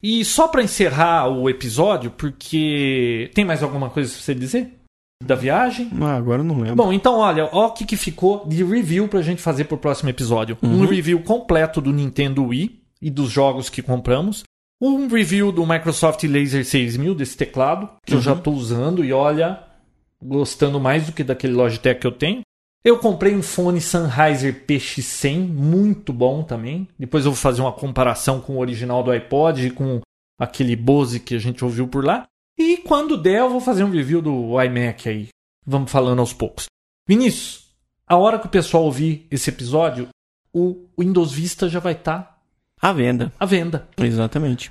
Speaker 3: E só pra encerrar o episódio, porque tem mais alguma coisa pra você dizer da viagem?
Speaker 1: Ah, agora eu não lembro.
Speaker 3: Bom, então olha, ó o que, que ficou de review pra gente fazer pro próximo episódio. Um
Speaker 1: Uhum.
Speaker 3: review completo do Nintendo Wii e dos jogos que compramos. Um review do Microsoft Laser 6000, desse teclado, que eu
Speaker 1: Uhum.
Speaker 3: já tô usando e olha, gostando mais do que daquele Logitech que eu tenho. Eu comprei um fone Sennheiser PX100, muito bom também. Depois eu vou fazer uma comparação com o original do iPod e com aquele Bose que a gente ouviu por lá. E quando der, eu vou fazer um review do iMac aí. Vamos falando aos poucos. Vinícius, a hora que o pessoal ouvir esse episódio, o Windows Vista já vai estar
Speaker 1: A venda.
Speaker 3: à venda.
Speaker 1: Exatamente.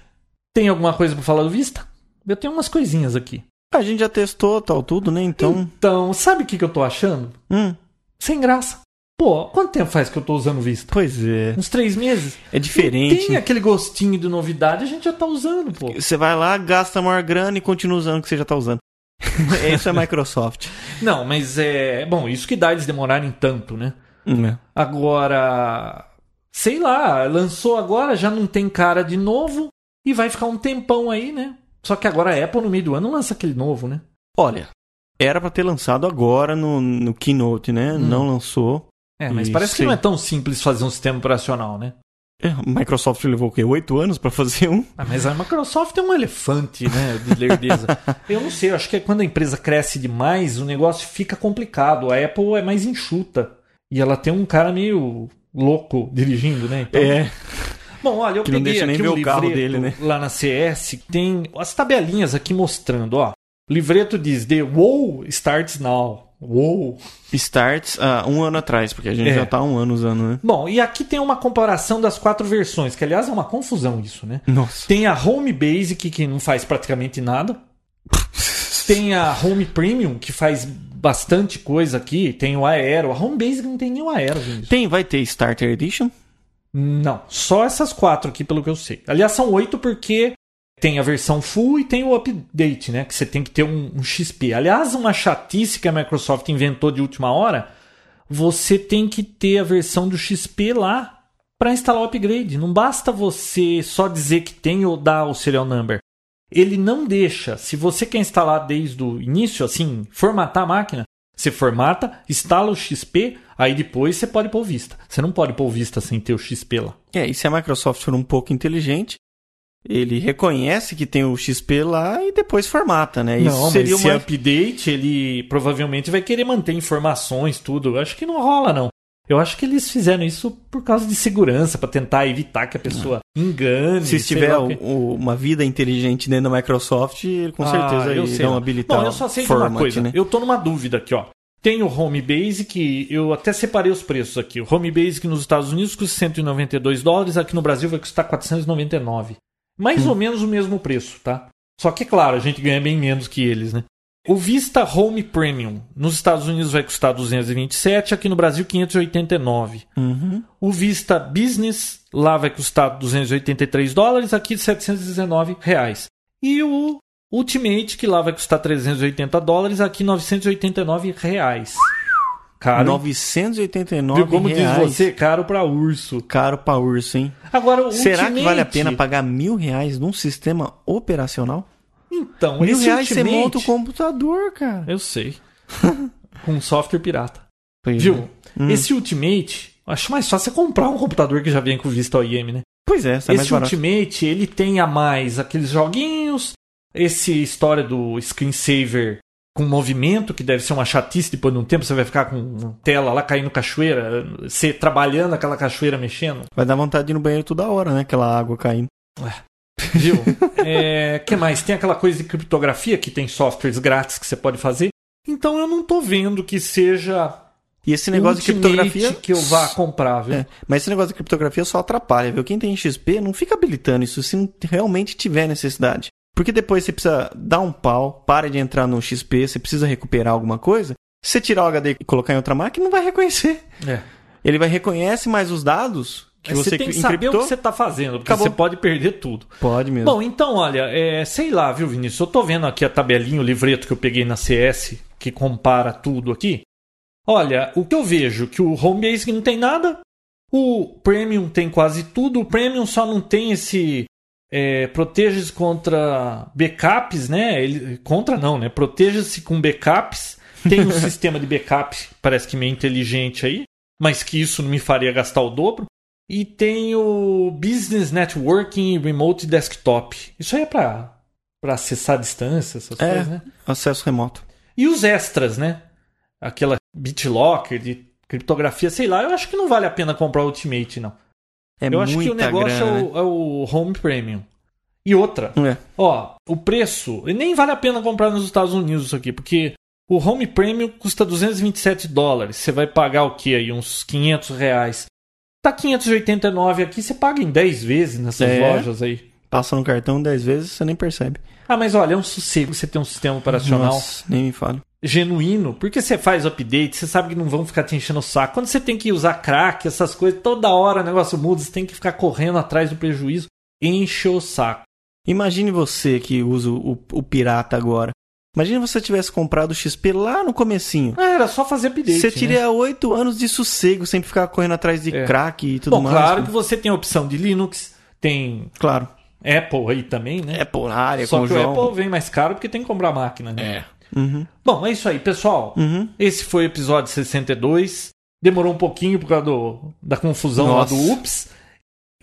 Speaker 3: Tem alguma coisa para falar do Vista? Eu tenho umas coisinhas aqui.
Speaker 1: A gente já testou tal tudo, né? Então.
Speaker 3: Então, sabe o que, que eu tô achando?
Speaker 1: Hum,
Speaker 3: Sem graça. Pô, quanto tempo faz que eu tô usando o Vista?
Speaker 1: pois é.
Speaker 3: Uns três meses?
Speaker 1: É
Speaker 3: Não
Speaker 1: diferente.
Speaker 3: Tem aquele gostinho de novidade, a gente já tá usando, pô.
Speaker 1: Você vai lá, gasta maior grana e continua usando o que você já tá usando. Essa é a Microsoft.
Speaker 3: Não, mas é. Bom, isso que dá eles demorarem tanto, né?
Speaker 1: Hum, é.
Speaker 3: Agora, sei lá, lançou agora, já não tem cara de novo e vai ficar um tempão aí, né? Só que agora a Apple no meio do ano lança aquele novo, né?
Speaker 1: Olha, era pra ter lançado agora no, no Keynote, né?
Speaker 3: Hum.
Speaker 1: Não lançou.
Speaker 3: É, mas
Speaker 1: Isso,
Speaker 3: parece que
Speaker 1: sim.
Speaker 3: não é tão simples fazer um sistema operacional, né?
Speaker 1: É, a Microsoft levou o quê? Oito anos pra fazer um?
Speaker 3: Ah, mas a Microsoft é um elefante, né? De lerdeza. eu não sei, eu acho que é quando a empresa cresce demais, o negócio fica complicado. A Apple é mais enxuta. E ela tem um cara meio louco dirigindo, né? Então,
Speaker 1: É.
Speaker 3: Bom, olha, eu
Speaker 1: Que não
Speaker 3: peguei
Speaker 1: deixa nem
Speaker 3: aqui
Speaker 1: ver
Speaker 3: um
Speaker 1: o carro
Speaker 3: livreto
Speaker 1: dele, né?
Speaker 3: lá na CS, tem as tabelinhas aqui mostrando, ó. O livreto diz The Wow Starts Now. Wow.
Speaker 1: Starts ah, um ano atrás, porque a gente
Speaker 3: É.
Speaker 1: já tá há um ano usando, né?
Speaker 3: Bom, e aqui tem uma comparação das quatro versões, que aliás é uma confusão isso, né?
Speaker 1: Nossa.
Speaker 3: Tem a Home Basic, que não faz praticamente nada. Tem a Home Premium, que faz bastante coisa aqui. Tem o Aero. A Home Basic não tem nenhum Aero, gente.
Speaker 1: Tem, vai ter Starter Edition?
Speaker 3: Não, só essas quatro aqui, pelo que eu sei. Aliás, são oito porque tem a versão full e tem o update, né? Que você tem que ter um, um XP. Aliás, uma chatice que a Microsoft inventou de última hora, você tem que ter a versão do XP lá para instalar o upgrade. Não basta você só dizer que tem ou dar o serial number. Ele não deixa. Se você quer instalar desde o início, assim, formatar a máquina, você formata, instala o XP, aí depois você pode pôr o Vista. Você não pode pôr o Vista sem ter o XP lá.
Speaker 1: É, e se a Microsoft for um pouco inteligente, ele reconhece que tem o XP lá e depois formata, né? Isso
Speaker 3: não,
Speaker 1: seria
Speaker 3: mas é- esse
Speaker 1: uma.
Speaker 3: update, ele provavelmente vai querer manter informações, tudo. Eu acho que não rola, não. Eu acho que eles fizeram isso por causa de segurança, pra tentar evitar que a pessoa engane.
Speaker 1: Se
Speaker 3: sei
Speaker 1: tiver um
Speaker 3: lá o quê.
Speaker 1: o- uma vida inteligente dentro da Microsoft, ele com
Speaker 3: Ah,
Speaker 1: certeza
Speaker 3: eu
Speaker 1: eles
Speaker 3: sei
Speaker 1: vão
Speaker 3: lá.
Speaker 1: habilitar.
Speaker 3: Bom, eu só sei
Speaker 1: o
Speaker 3: de uma
Speaker 1: format,
Speaker 3: coisa.
Speaker 1: né?
Speaker 3: Eu tô numa dúvida aqui, ó. Tem o Home Basic, que eu até separei os preços aqui. O Home Basic nos Estados Unidos custa 192 dólares, aqui no Brasil vai custar 499.
Speaker 1: Hum.
Speaker 3: Mais ou menos o mesmo preço, tá? Só que, claro, a gente ganha bem menos que eles, né? O Vista Home Premium nos Estados Unidos vai custar 227, aqui no Brasil 589.
Speaker 1: Uhum.
Speaker 3: O Vista Business lá vai custar 283 dólares, aqui 719 reais. E o Ultimate, que lá vai custar 380 dólares, aqui 989 reais. Caro.
Speaker 1: 989
Speaker 3: Viu como
Speaker 1: reais.
Speaker 3: diz você? Caro pra urso.
Speaker 1: Caro pra urso, hein?
Speaker 3: Agora, o
Speaker 1: Será
Speaker 3: Ultimate...
Speaker 1: que vale a pena pagar mil reais num sistema operacional?
Speaker 3: Então,
Speaker 1: Mil
Speaker 3: esse
Speaker 1: reais você
Speaker 3: Ultimate-
Speaker 1: monta o computador, cara.
Speaker 3: Eu sei. Com software pirata.
Speaker 1: Pois é.
Speaker 3: Viu?
Speaker 1: Hum.
Speaker 3: Esse Ultimate... Acho mais fácil você comprar um computador que já vem com Vista OIM, né?
Speaker 1: Pois é, sai mais
Speaker 3: Esse
Speaker 1: barato.
Speaker 3: Ultimate, ele tem a mais aqueles joguinhos, esse história do screensaver com movimento, que deve ser uma chatice depois de um tempo, você vai ficar com tela lá caindo cachoeira, você trabalhando aquela cachoeira mexendo,
Speaker 1: Vai dar vontade de ir no banheiro toda hora, né? Aquela água caindo.
Speaker 3: viu? É, que mais? Tem aquela coisa de criptografia que tem softwares grátis que você pode fazer. Então eu não tô vendo que seja
Speaker 1: E esse negócio de
Speaker 3: Ultimate
Speaker 1: criptografia.
Speaker 3: Um que eu vá comprar, viu?
Speaker 1: É, mas esse negócio de criptografia só atrapalha, viu? Quem tem XP não fica habilitando isso se não realmente tiver necessidade. Porque depois você precisa dar um pau, para de entrar no XP, você precisa recuperar alguma coisa, Se você tirar o HD e colocar em outra máquina, não vai reconhecer.
Speaker 3: É.
Speaker 1: Ele vai reconhece mais os dados que
Speaker 3: Mas
Speaker 1: você,
Speaker 3: É, você tem que saber o
Speaker 1: encriptou.
Speaker 3: que você está fazendo, porque
Speaker 1: Acabou.
Speaker 3: você pode perder tudo.
Speaker 1: Pode mesmo.
Speaker 3: Bom, então, olha, é, sei lá, viu, Vinícius? Eu tô vendo aqui a tabelinha, o livreto que eu peguei na CS, que compara tudo aqui. Olha, o que eu vejo que o Home Basic não tem nada, o Premium tem quase tudo, o Premium só não tem esse. É, protege-se contra backups, né? Ele, contra não, né? Proteja-se com backups. Tem um sistema de backup, parece que meio inteligente aí, mas que isso não me faria gastar o dobro. E tem o Business Networking e Remote Desktop. Isso aí é pra, pra acessar a distância, essas
Speaker 1: É.
Speaker 3: coisas, né?
Speaker 1: Acesso remoto.
Speaker 3: E os extras, né? Aquela BitLocker de criptografia, sei lá. Eu acho que não vale a pena comprar o Ultimate, não.
Speaker 1: É
Speaker 3: eu acho que o
Speaker 1: muita
Speaker 3: negócio
Speaker 1: grana,
Speaker 3: é, o, é o Home Premium. E outra,
Speaker 1: né? É.
Speaker 3: ó, o preço... E nem vale a pena comprar nos Estados Unidos isso aqui, porque o Home Premium custa 227 dólares. Você vai pagar o quê aí? Uns 500 reais. Tá 589 aqui, você paga em 10 vezes nessas
Speaker 1: É.
Speaker 3: lojas aí.
Speaker 1: Passa no cartão 10 vezes, você nem percebe.
Speaker 3: Ah, mas olha, é um sossego você ter um sistema operacional
Speaker 1: Nossa, nem me fale.
Speaker 3: genuíno, porque você faz update, você sabe que não vão ficar te enchendo o saco. Quando você tem que usar crack, essas coisas, toda hora o negócio muda, você tem que ficar correndo atrás do prejuízo, enche o saco.
Speaker 1: Imagine você que usa o, o pirata agora. Imagine você tivesse comprado o XP lá no comecinho.
Speaker 3: Ah, era só fazer update.
Speaker 1: Você
Speaker 3: né?
Speaker 1: teria oito anos de sossego sem ficar correndo atrás de
Speaker 3: É.
Speaker 1: crack e tudo
Speaker 3: Bom,
Speaker 1: mais. né?
Speaker 3: claro que você tem a opção de Linux, tem
Speaker 1: Claro.
Speaker 3: Apple aí também, né?
Speaker 1: É por área,
Speaker 3: só
Speaker 1: com o
Speaker 3: que o
Speaker 1: João.
Speaker 3: Apple vem mais caro porque tem que comprar máquina, né?
Speaker 1: É. Uhum.
Speaker 3: Bom, é isso aí, pessoal.
Speaker 1: Uhum.
Speaker 3: Esse foi o episódio 62. Demorou um pouquinho por causa do- da confusão
Speaker 1: Nossa.
Speaker 3: lá do UPS.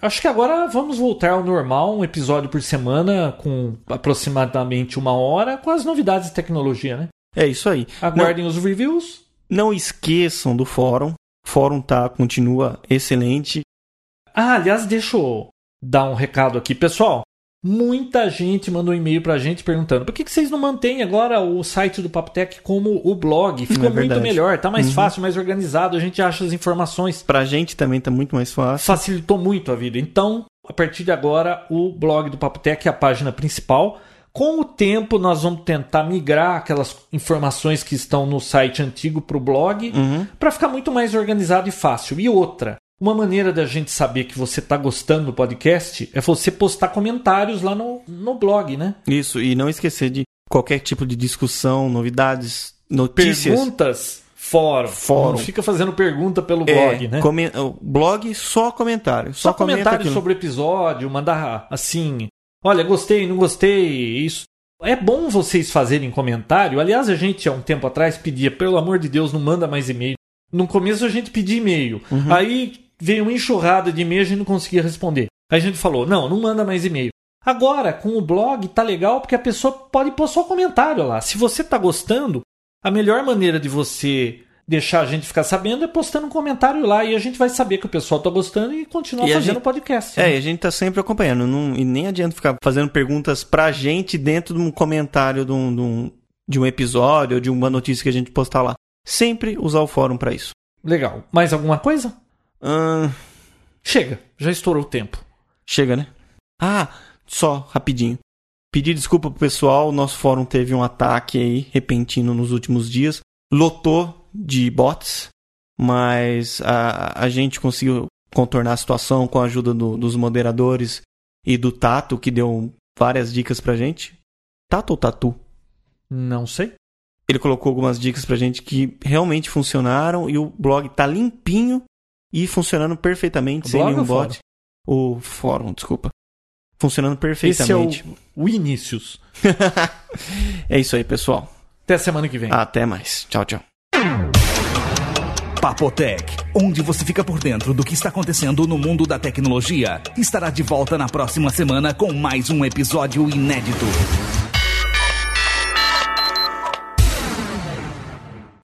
Speaker 3: Acho que agora vamos voltar ao normal, um episódio por semana, com aproximadamente uma hora, com as novidades de tecnologia, né?
Speaker 1: É isso aí.
Speaker 3: Aguardem os reviews.
Speaker 1: Não esqueçam do fórum. O fórum tá, continua excelente.
Speaker 3: Ah, aliás, deixa eu dar um recado aqui, pessoal. Muita gente mandou e-mail pra gente perguntando por que, que vocês não mantêm agora o site do Papotec como o blog? Ficou muito
Speaker 1: É verdade.
Speaker 3: melhor, tá mais
Speaker 1: Uhum.
Speaker 3: fácil, mais organizado, a gente acha as informações.
Speaker 1: Pra gente também tá muito mais fácil.
Speaker 3: facilitou muito a vida. Então, a partir de agora, o blog do Papotec é a página principal. Com o tempo, nós vamos tentar migrar aquelas informações que estão no site antigo para o blog,
Speaker 1: Uhum.
Speaker 3: para ficar muito mais organizado e fácil. E outra, uma maneira da gente saber que você está gostando do podcast é você postar comentários lá no, no blog, né?
Speaker 1: Isso, e não esquecer de qualquer tipo de discussão, novidades, notícias.
Speaker 3: Perguntas, fórum.
Speaker 1: Fórum.
Speaker 3: Não fica fazendo pergunta pelo
Speaker 1: É,
Speaker 3: blog, né?
Speaker 1: comen- o blog só comentário. Só,
Speaker 3: Só
Speaker 1: comenta
Speaker 3: comentários
Speaker 1: aquilo.
Speaker 3: sobre o episódio, mandar assim, olha, gostei, não gostei, isso. É bom vocês fazerem comentário. Aliás, a gente há um tempo atrás pedia, pelo amor de Deus, não manda mais e-mail. No começo a gente pedia e-mail.
Speaker 1: Uhum.
Speaker 3: Aí veio uma enxurrada de e-mail e a gente não conseguia responder. Aí a gente falou, não, não manda mais e-mail. Agora, com o blog, tá legal porque a pessoa pode pôr só comentário lá. Se você tá gostando, a melhor maneira de você deixar a gente ficar sabendo é postando um comentário lá e a gente vai saber que o pessoal tá gostando e continuar
Speaker 1: E a
Speaker 3: fazendo
Speaker 1: gente-
Speaker 3: podcast.
Speaker 1: É,
Speaker 3: né?
Speaker 1: e a gente tá sempre acompanhando. não- e nem adianta ficar fazendo perguntas pra gente dentro de um comentário de um, de um, de um episódio ou de uma notícia que a gente postar lá. Sempre usar o fórum pra isso.
Speaker 3: Legal. Mais alguma coisa?
Speaker 1: Ahn,
Speaker 3: Chega, já estourou o tempo.
Speaker 1: chega, né? Ah, só rapidinho. Pedir desculpa pro pessoal, o nosso fórum teve um ataque aí repentino nos últimos dias. Lotou de bots, mas a, a gente conseguiu contornar a situação com a ajuda do- dos moderadores e do Tato, que deu várias dicas pra gente. Tato ou Tatu?
Speaker 3: Não sei.
Speaker 1: Ele colocou algumas dicas pra gente que realmente funcionaram e o blog tá limpinho e funcionando perfeitamente,
Speaker 3: O
Speaker 1: sem
Speaker 3: blog
Speaker 1: nenhum
Speaker 3: ou o
Speaker 1: bot. O fórum, desculpa. Funcionando
Speaker 3: Esse é o,
Speaker 1: perfeitamente.
Speaker 3: o Inícios.
Speaker 1: é isso aí, pessoal.
Speaker 3: Até semana que vem.
Speaker 1: Até mais. Tchau, tchau.
Speaker 2: Papotec, onde você fica por dentro do que está acontecendo no mundo da tecnologia, estará de volta na próxima semana com mais um episódio inédito.